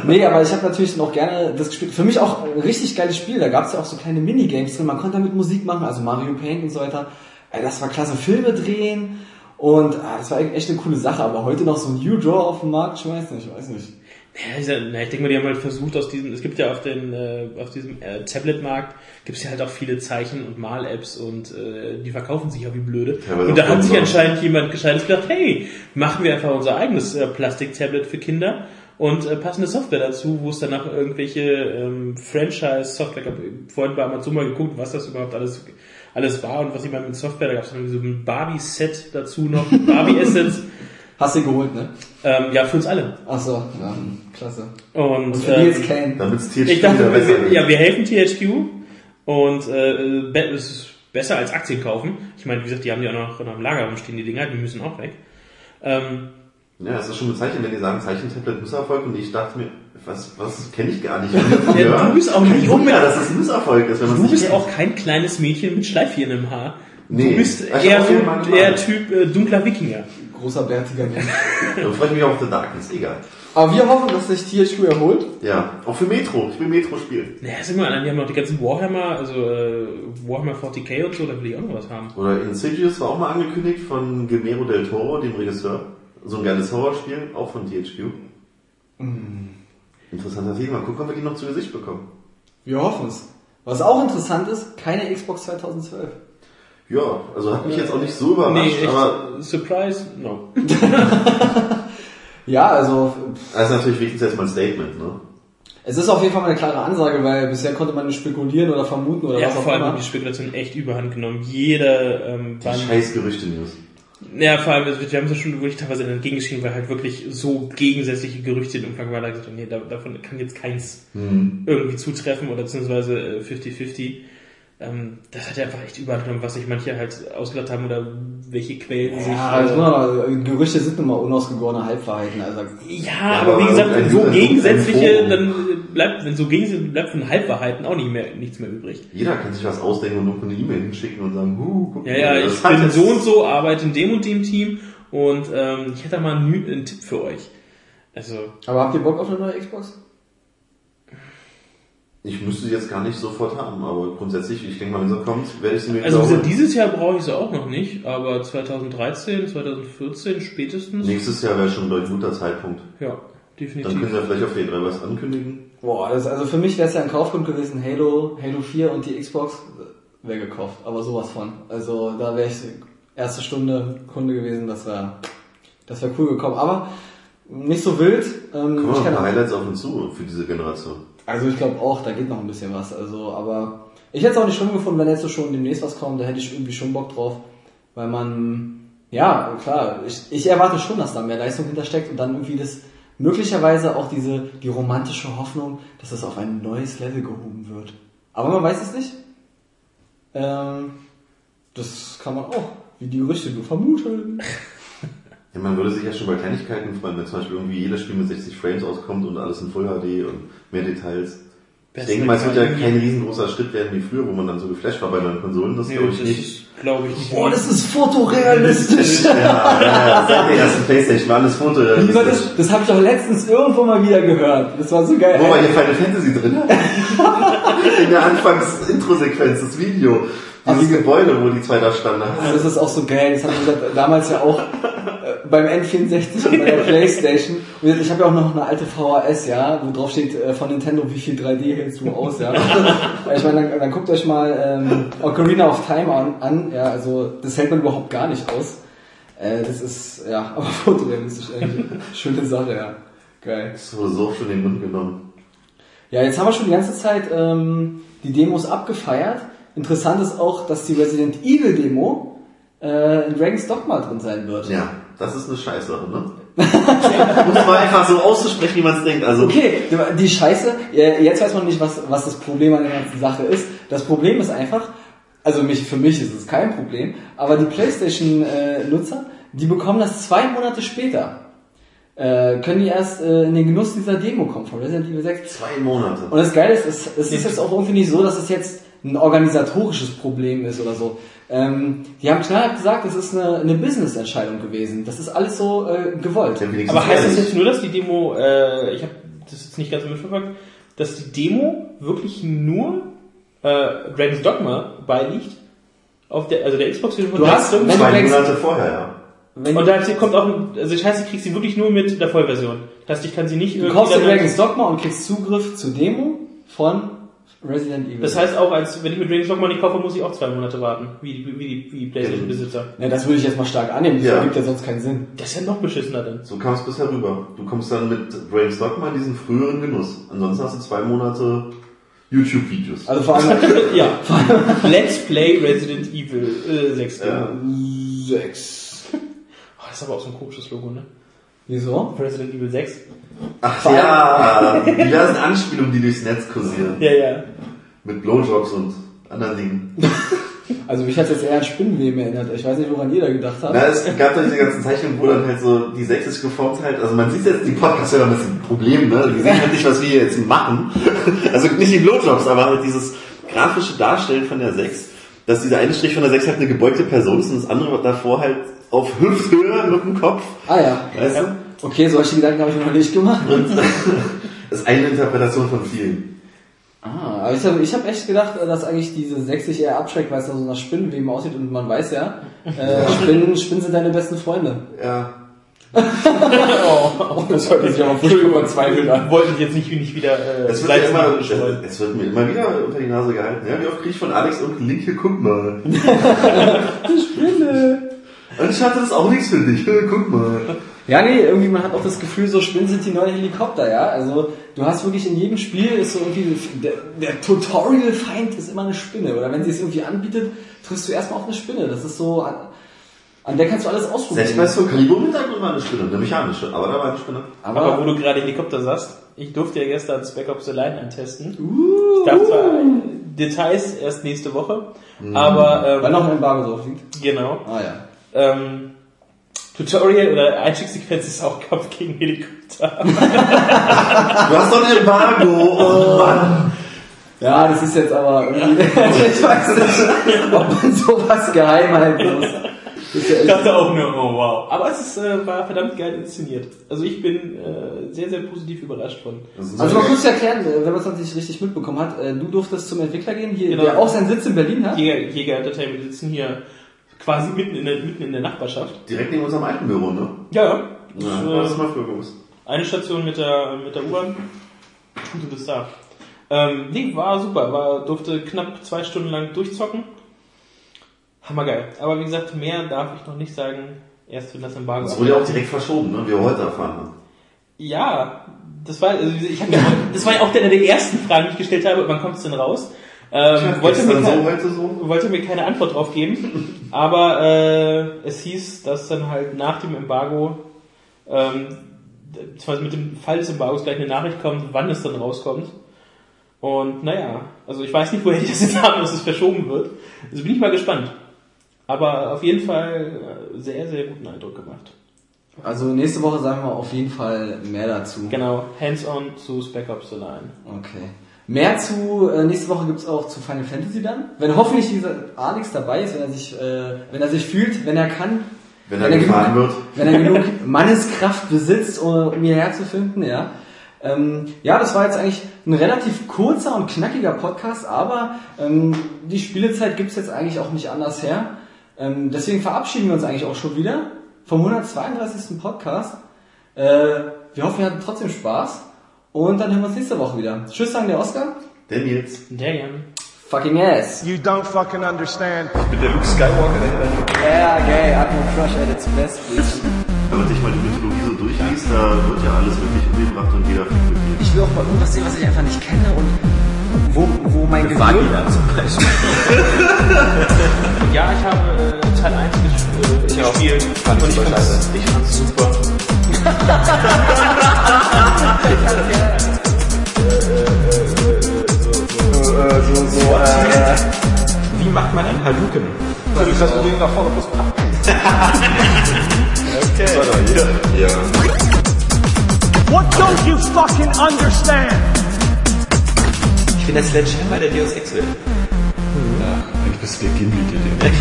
Speaker 6: Nee, aber ich habe natürlich noch gerne das gespielt. Für mich auch ein richtig geiles Spiel, da gab es ja auch so kleine Minigames drin, man konnte damit Musik machen, also Mario Paint und so weiter. Ey, Das war klasse, Filme drehen und ah, das war echt eine coole Sache, aber heute noch so ein New Draw auf den Markt, ich weiß nicht, ich weiß nicht.
Speaker 7: Ja, ich, sag- na, ich denke mal, die haben halt versucht, aus diesem, es gibt ja auf, den, äh, auf diesem äh, Tablet-Markt, gibt es ja halt auch viele Zeichen- und Mal-Apps und äh, die verkaufen sich ja wie blöde.
Speaker 4: Ja, weil
Speaker 7: und da
Speaker 4: das
Speaker 7: hat sich
Speaker 4: kommt
Speaker 7: anscheinend jemand Gescheites gedacht, hey, machen wir einfach unser eigenes äh, Plastik-Tablet für Kinder und äh, passende Software dazu, wo es danach irgendwelche ähm, Franchise-Software gab. Vorhin bei Amazon mal geguckt, was das überhaupt alles alles war und was ich mal mit Software, da gab es dann irgendwie so ein Barbie-Set dazu noch, Barbie-Assets,
Speaker 6: Hast du geholt, ne?
Speaker 7: ähm, ja, für uns alle.
Speaker 6: Ach so, ja, klasse.
Speaker 7: Und,
Speaker 6: Und für
Speaker 7: ähm,
Speaker 6: die jetzt kein.
Speaker 4: Damit es THQ
Speaker 7: Ich dachte,
Speaker 4: wieder besser
Speaker 7: wir,
Speaker 4: wird.
Speaker 7: ja, wir helfen THQ und äh, be- es ist besser als Aktien kaufen. Ich meine, wie gesagt, die haben ja noch in einem Lager rumstehen, die Dinger, die müssen auch weg. Ähm,
Speaker 4: Ja, es ist schon bezeichnend, wenn die sagen, Zeichentablet Misserfolg und ich dachte mir, was, was kenne ich gar nicht.
Speaker 7: Ja, du bist auch nicht jung
Speaker 4: Wunder,
Speaker 7: mehr.
Speaker 4: dass es ein Misserfolg ist, wenn man
Speaker 7: du
Speaker 4: es nicht
Speaker 7: bist
Speaker 4: kennt.
Speaker 7: auch kein kleines Mädchen mit Schleifchen im Haar.
Speaker 4: Nee.
Speaker 7: du bist
Speaker 4: Ich hab
Speaker 7: eher
Speaker 4: auch
Speaker 7: so
Speaker 4: jeden Mann gemacht.
Speaker 7: der Typ äh, dunkler Wikinger.
Speaker 6: Großer bärtiger Mensch.
Speaker 4: Dann freue ich mich auch auf The Darkness, egal.
Speaker 6: Aber wir hoffen, dass sich THQ erholt.
Speaker 4: Ja, auch für Metro. Ich will Metro spielen.
Speaker 7: Naja, sag mal, die haben noch die ganzen Warhammer, also äh, Warhammer 40k und so, da will ich auch noch was haben.
Speaker 4: Oder Insidious war auch mal angekündigt von Gemero del Toro, dem Regisseur. So ein geiles Horrorspiel, auch von THQ.
Speaker 7: Mm.
Speaker 4: Interessanter Thema. Gucken, ob wir die noch zu Gesicht bekommen.
Speaker 6: Wir hoffen es. Was auch interessant ist, keine Xbox 2012.
Speaker 4: Ja, also hat mich jetzt auch nicht so überrascht,
Speaker 7: Äh, echt,
Speaker 4: aber
Speaker 7: Surprise? No.
Speaker 6: Ja, also
Speaker 4: das ist natürlich wenigstens erstmal ein Statement, ne?
Speaker 6: es ist auf jeden Fall mal eine klare Ansage, weil bisher konnte man nur spekulieren oder vermuten oder
Speaker 7: Ja,
Speaker 6: was auch
Speaker 7: vor allem
Speaker 6: immer.
Speaker 7: hat die Spekulation echt überhand genommen. Jeder ähm,
Speaker 4: Die scheiß Gerüchte-News.
Speaker 7: Ja, vor allem, also wir haben es ja schon wirklich teilweise entgegengeschrieben, weil halt wirklich so gegensätzliche Gerüchte im Umfang waren, da gesagt, haben, nee, da, davon kann jetzt keins irgendwie zutreffen oder beziehungsweise äh, 50-50. Ähm, das hat ja einfach echt übernommen, was sich manche halt ausgedacht haben oder welche Quellen sich.
Speaker 6: Ja, das
Speaker 7: äh,
Speaker 6: muss man aber, Gerüchte sind nun mal unausgegorene Halbwahrheiten. Also
Speaker 7: äh, ja,
Speaker 4: aber
Speaker 7: aber wie gesagt,
Speaker 4: ein-
Speaker 7: wenn so
Speaker 4: ein- ein
Speaker 7: gegensätzliche,
Speaker 4: Forum.
Speaker 7: dann äh, bleibt, wenn so gegensätzlich bleibt von Halbwahrheiten auch nicht mehr, nichts mehr übrig.
Speaker 4: Jeder kann sich was ausdenken und nur eine E-Mail hinschicken und sagen, huh, guck
Speaker 7: Ja, ja,
Speaker 4: das
Speaker 7: ich
Speaker 4: hat
Speaker 7: bin
Speaker 4: jetzt-
Speaker 7: so und so, arbeite in dem und dem Team und ähm, ich hätte da mal einen, Mü- einen Tipp für euch. Also,
Speaker 6: aber habt ihr Bock auf eine neue Xbox?
Speaker 4: Ich müsste sie jetzt gar nicht sofort haben, aber grundsätzlich, ich denke mal, wenn sie kommt, werde ich sie mir
Speaker 7: Also wie
Speaker 4: glauben.
Speaker 7: gesagt, dieses Jahr brauche ich sie auch noch nicht, aber 2013, 2014 spätestens.
Speaker 4: Nächstes Jahr wäre schon ein deutlich guter Zeitpunkt.
Speaker 7: Ja,
Speaker 4: Dann können
Speaker 7: definitiv.
Speaker 4: sie ja vielleicht auf den drei was ankündigen.
Speaker 6: Boah, das, also für mich wäre es ja ein Kaufgrund gewesen, Halo, Halo 4 und die Xbox äh, wäre gekauft, aber sowas von. Also da wäre ich erste Stunde Kunde gewesen, das wäre das wäre cool gekommen. Aber nicht so wild. Ähm,
Speaker 4: Kommen
Speaker 6: ich
Speaker 4: noch ein paar
Speaker 6: kann,
Speaker 4: Highlights auf uns zu für diese Generation.
Speaker 6: also ich glaube auch, da geht noch ein bisschen was. Also, aber ich hätte es auch nicht schlimm gefunden, wenn jetzt so schon demnächst was kommt, da hätte ich irgendwie schon Bock drauf. Weil man, ja, klar, ich, ich erwarte schon, dass da mehr Leistung hintersteckt und dann irgendwie das möglicherweise auch diese die romantische Hoffnung, dass das auf ein neues Level gehoben wird. Aber man weiß es nicht. Ähm, das kann man auch, wie die Gerüchte nur vermuten.
Speaker 4: Ja, man würde sich ja schon bei Kleinigkeiten freuen, wenn zum Beispiel irgendwie jedes Spiel mit 60 Frames auskommt und alles in Full HD und mehr Details. Ich
Speaker 7: Beste
Speaker 4: denke mal, es wird ja
Speaker 7: Qualität.
Speaker 4: kein riesengroßer Schritt werden wie früher, wo man dann so geflasht war bei neuen Konsolen. Das
Speaker 7: Nee,
Speaker 4: glaube ich
Speaker 7: das
Speaker 4: nicht.
Speaker 7: ist, glaube ich, nicht.
Speaker 6: Boah, das ist fotorealistisch.
Speaker 4: Ja, Ah, ja, ja, seit der ersten Playstation war alles Foto.
Speaker 6: Wie war das? Das habe ich auch letztens irgendwo mal wieder gehört. Das war so geil.
Speaker 4: Wo war hier Final Fantasy drin? In der Anfangs-Intro-Sequenz, das Video. Dieses Gebäude, wo die zwei da standen.
Speaker 6: Also das ist auch so geil. Das hatte ich ja damals ja auch äh, beim N64 und bei der Playstation. Und jetzt, ich habe ja auch noch eine alte VHS, ja, wo drauf steht äh, von Nintendo, wie viel 3D hältst du aus, ja. Weil ich meine, dann, dann guckt euch mal ähm, Ocarina of Time an, an, ja, also das hält man überhaupt gar nicht aus. Äh, das ist, ja, aber fotorealistisch eigentlich. Schöne Sache, ja. Geil.
Speaker 4: Das wurde so schon in den Mund genommen.
Speaker 6: Ja, jetzt haben wir schon die ganze Zeit ähm, die Demos abgefeiert. Interessant ist auch, dass die Resident Evil Demo äh, in Dragon's Dogma drin sein wird.
Speaker 4: Ja, das ist eine Scheißsache, ne? um es mal einfach so auszusprechen, wie man es denkt. Also,
Speaker 6: Okay, die Scheiße, äh, jetzt weiß man nicht, was, was das Problem an der ganzen Sache ist. Das Problem ist einfach, also mich, für mich ist es kein Problem, aber die Playstation-Nutzer, die bekommen das zwei Monate später. Äh, können die erst äh, in den Genuss dieser Demo kommen von Resident Evil 6.
Speaker 4: zwei Monate.
Speaker 6: Und das Geile ist, es, es ist jetzt auch irgendwie nicht so, dass es jetzt ein organisatorisches Problem ist oder so. Ähm, die haben knallhart gesagt, es ist eine, eine Business-Entscheidung gewesen. Das ist alles so äh, gewollt.
Speaker 4: Ja, wenigstens
Speaker 7: Aber heißt das
Speaker 4: ehrlich.
Speaker 7: jetzt nur, dass die Demo, äh, ich habe das jetzt nicht ganz mitverfolgt, dass die Demo wirklich nur äh, Dragon's Dogma beiliegt? Auf der, also der Xbox Version von
Speaker 6: Du hast-
Speaker 7: Dreamcast?
Speaker 6: wenn
Speaker 4: zwei
Speaker 6: du
Speaker 4: Monate vorher, ja.
Speaker 6: Wenn
Speaker 7: Und da kommt auch, ein- also das heißt, ich krieg sie wirklich nur mit der Vollversion. Das heißt, ich kann sie nicht
Speaker 6: du
Speaker 7: irgendwie
Speaker 6: kaufst dir
Speaker 7: dann- halt
Speaker 6: Dragon's Dogma und kriegst Zugriff zur Demo von Resident Evil.
Speaker 7: Das heißt auch, als wenn ich mir Dragon's Dogma nicht kaufe, muss ich auch zwei Monate warten, wie die, wie die, wie die
Speaker 4: Genau.
Speaker 7: PlayStation-Besitzer.
Speaker 6: ja, das würde ich jetzt mal stark annehmen, das
Speaker 4: Ja.
Speaker 6: ergibt ja sonst keinen Sinn.
Speaker 7: Das ist ja noch beschissener dann.
Speaker 4: So kam es bisher rüber. Du kommst dann mit Brain Stockman in diesen früheren Genuss. Ansonsten hast du zwei Monate YouTube-Videos.
Speaker 6: Also vor allem
Speaker 7: ja. Let's Play Resident Evil äh, 6.
Speaker 4: Ja.
Speaker 6: sechs.
Speaker 7: Oh, das ist aber auch so ein komisches Logo, ne?
Speaker 6: Wieso?
Speaker 7: Resident Evil 6.
Speaker 4: Ach ja, diversen Anspielungen, die durchs Netz kursieren.
Speaker 7: Ja, ja.
Speaker 4: Mit Blowjobs und anderen Dingen.
Speaker 6: Also mich hat jetzt eher an Spinnenweben erinnert. Ich weiß nicht, woran jeder gedacht hat.
Speaker 4: Na, es gab dann diese ganzen Zeichnungen, wo dann halt so die sächsische Geformtheit, also man sieht jetzt, die Podcast-Hörer haben das ein Problem, ne? Die sehen halt nicht, was wir hier jetzt machen. Also nicht die Blowjobs, aber halt dieses grafische Darstellen von der 6, dass dieser eine Strich von der 6 halt eine gebeugte Person ist und das andere davor halt auf Hüfthöhe mit dem Kopf.
Speaker 6: Ah ja.
Speaker 4: Weißt du?
Speaker 6: Okay, solche Gedanken habe ich mir noch nicht gemacht.
Speaker 4: Das ist eine Interpretation von vielen.
Speaker 6: Ah, aber ich habe ich hab echt gedacht, äh, dass eigentlich diese 60 eher abschreckt, weil es da so nach Spinnenweben aussieht und man weiß ja, äh, Spinnen, Spinnen sind deine besten Freunde.
Speaker 4: Ja.
Speaker 6: Oh, das hört sich aber furchtbar verzweifelt an.
Speaker 7: Wollte ich jetzt nicht, nicht wieder äh,
Speaker 4: Es wird, ja immer, es,
Speaker 7: bestreuen.
Speaker 4: es wird mir immer wieder unter die Nase gehalten. Ja, wie oft kriege ich von Alex und Linke, guck mal.
Speaker 6: Spinne!
Speaker 4: Und ich hatte das auch nichts für dich. Guck mal.
Speaker 6: Ja, nee, irgendwie man hat auch das Gefühl, so Spinnen sind die neuen Helikopter, ja. Also du hast wirklich in jedem Spiel ist so irgendwie der, der Tutorial-Feind ist immer eine Spinne. Oder wenn sie es irgendwie anbietet, triffst du erstmal auf eine Spinne. Das ist so, an, an der kannst du alles ausprobieren.
Speaker 4: Selbst bei Sokalibur im Hintergrund war eine Spinne, eine mechanische, aber da war eine Spinne.
Speaker 7: Aber wo du gerade Helikopter sagst, ich durfte ja gestern Spec Ops The Line antesten.
Speaker 6: uh,
Speaker 7: Ich darf zwar Details erst nächste Woche, aber
Speaker 4: Mhm.
Speaker 6: Weil
Speaker 7: ähm,
Speaker 6: noch ein Embargo drauf liegt.
Speaker 7: genau.
Speaker 6: Ah ja.
Speaker 7: Ähm, Tutorial oder Einstiegssequenz ist auch Kampf gegen Helikopter.
Speaker 4: Du hast doch ein Embargo. Oh Mann.
Speaker 6: Ja, das ist jetzt aber irgendwie, ich weiß nicht, ob man sowas geheim halten muss. Das ist ja
Speaker 7: Ich
Speaker 6: echt-
Speaker 7: dachte auch nur, oh wow. Aber es ist, äh, war verdammt geil inszeniert. Also ich bin äh, sehr, sehr positiv überrascht von.
Speaker 6: Also man muss ja erklären, äh, wenn man es noch nicht richtig mitbekommen hat, äh, du durftest zum Entwickler gehen, hier,
Speaker 7: Genau.
Speaker 6: der auch seinen Sitz in Berlin hat.
Speaker 7: Jäger, Jäger Entertainment die sitzen hier quasi mitten in der, mitten in der Nachbarschaft.
Speaker 4: Direkt neben unserem alten Büro, ne?
Speaker 7: Ja, ja. Das,
Speaker 4: Ja,
Speaker 7: äh,
Speaker 4: das ist mal früher gewusst.
Speaker 7: Eine Station mit der, mit der U-Bahn. Und du bist da. Ähm, nee, war super. War, durfte knapp zwei Stunden lang durchzocken. Hammergeil. Aber wie gesagt, mehr darf ich noch nicht sagen. Erst wenn das Embargo
Speaker 4: Das wurde ja auch direkt verschoben, ne? Wie wir heute erfahren haben.
Speaker 7: Ja, das war, also ich hab, das war ja auch eine der ersten Fragen, die ich gestellt habe. Wann kommt's denn raus? Ähm, wollte,
Speaker 4: Gestern
Speaker 7: mir
Speaker 4: so,
Speaker 7: keine,
Speaker 4: heute so.
Speaker 7: wollte mir keine Antwort drauf geben. aber äh, es hieß, dass dann halt nach dem Embargo, ähm, beziehungsweise mit dem Fall des Embargos gleich eine Nachricht kommt, wann es dann rauskommt. Und naja, also ich weiß nicht, woher die das jetzt haben, dass es verschoben wird. Also bin ich mal gespannt. Aber auf jeden Fall äh, sehr, sehr guten Eindruck gemacht.
Speaker 6: Also nächste Woche sagen wir auf jeden Fall mehr dazu.
Speaker 7: Genau, hands-on zu Spec Ops The Line.
Speaker 6: Okay. Mehr zu, äh, nächste Woche gibt's auch zu Final Fantasy dann. Wenn hoffentlich dieser Alex dabei ist, wenn er sich, äh, wenn er sich fühlt, wenn er kann,
Speaker 4: Wenn er gefahren
Speaker 6: genug,
Speaker 4: wird.
Speaker 6: Wenn er genug Manneskraft besitzt, um um hierher zu finden, ja. Äh, Ähm, ja, das war jetzt eigentlich ein relativ kurzer und knackiger Podcast, aber ähm, die Spielezeit gibt's jetzt eigentlich auch nicht anders her. Ähm, deswegen verabschieden wir uns eigentlich auch schon wieder vom 132. Podcast. Äh, wir hoffen, ihr hattet trotzdem Spaß und dann hören wir uns nächste Woche wieder. Tschüss, sagen der Oscar.
Speaker 4: Denn jetzt.
Speaker 7: Sehr gerne.
Speaker 6: Fucking ass.
Speaker 8: You don't fucking understand.
Speaker 4: Ich bin der Luke Skywalker, der
Speaker 6: Yeah, gay, Admiral Crush at its best, bitch.
Speaker 4: Wenn man sich mal die Mythologie so durchliest, da wird ja alles wirklich umgebracht und jeder fickt mit dir.
Speaker 6: Ich will auch mal irgendwas sehen, was ich einfach nicht kenne und wo, wo mein Gewürz...
Speaker 4: Vagina zum Beispiel.
Speaker 7: Ja, ich habe äh, Teil 1 gespielt. Äh, gespielt.
Speaker 4: Fand ich super scheiße. Ich fand's super.
Speaker 2: So, äh, so, so, äh, wie macht man einen Haluken?
Speaker 8: Das ist das Problem nach vorne muss.
Speaker 4: Ja. ja.
Speaker 8: What don't you fucking understand?
Speaker 2: Ich bin der Sledgehammer, der Deus Ex will.
Speaker 4: Eigentlich bist du der Gimli, der den.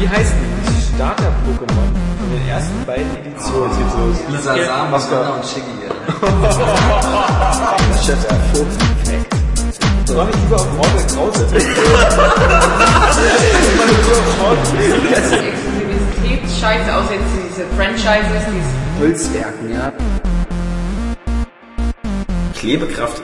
Speaker 2: Wie heißt denn die Starter-Pokémon von den ersten beiden Editionen?
Speaker 4: Jetzt geht's los.
Speaker 6: Lisa Sam,
Speaker 2: was
Speaker 6: Madonna und Shiggy. ey.
Speaker 2: Chef, der Vogt. So habe ich lieber auf Mortal Krause.
Speaker 5: diese Exklusivitätsscheiße, außer jetzt diese Franchises, dieses
Speaker 6: Holzwerken, ja.
Speaker 2: Klebekraft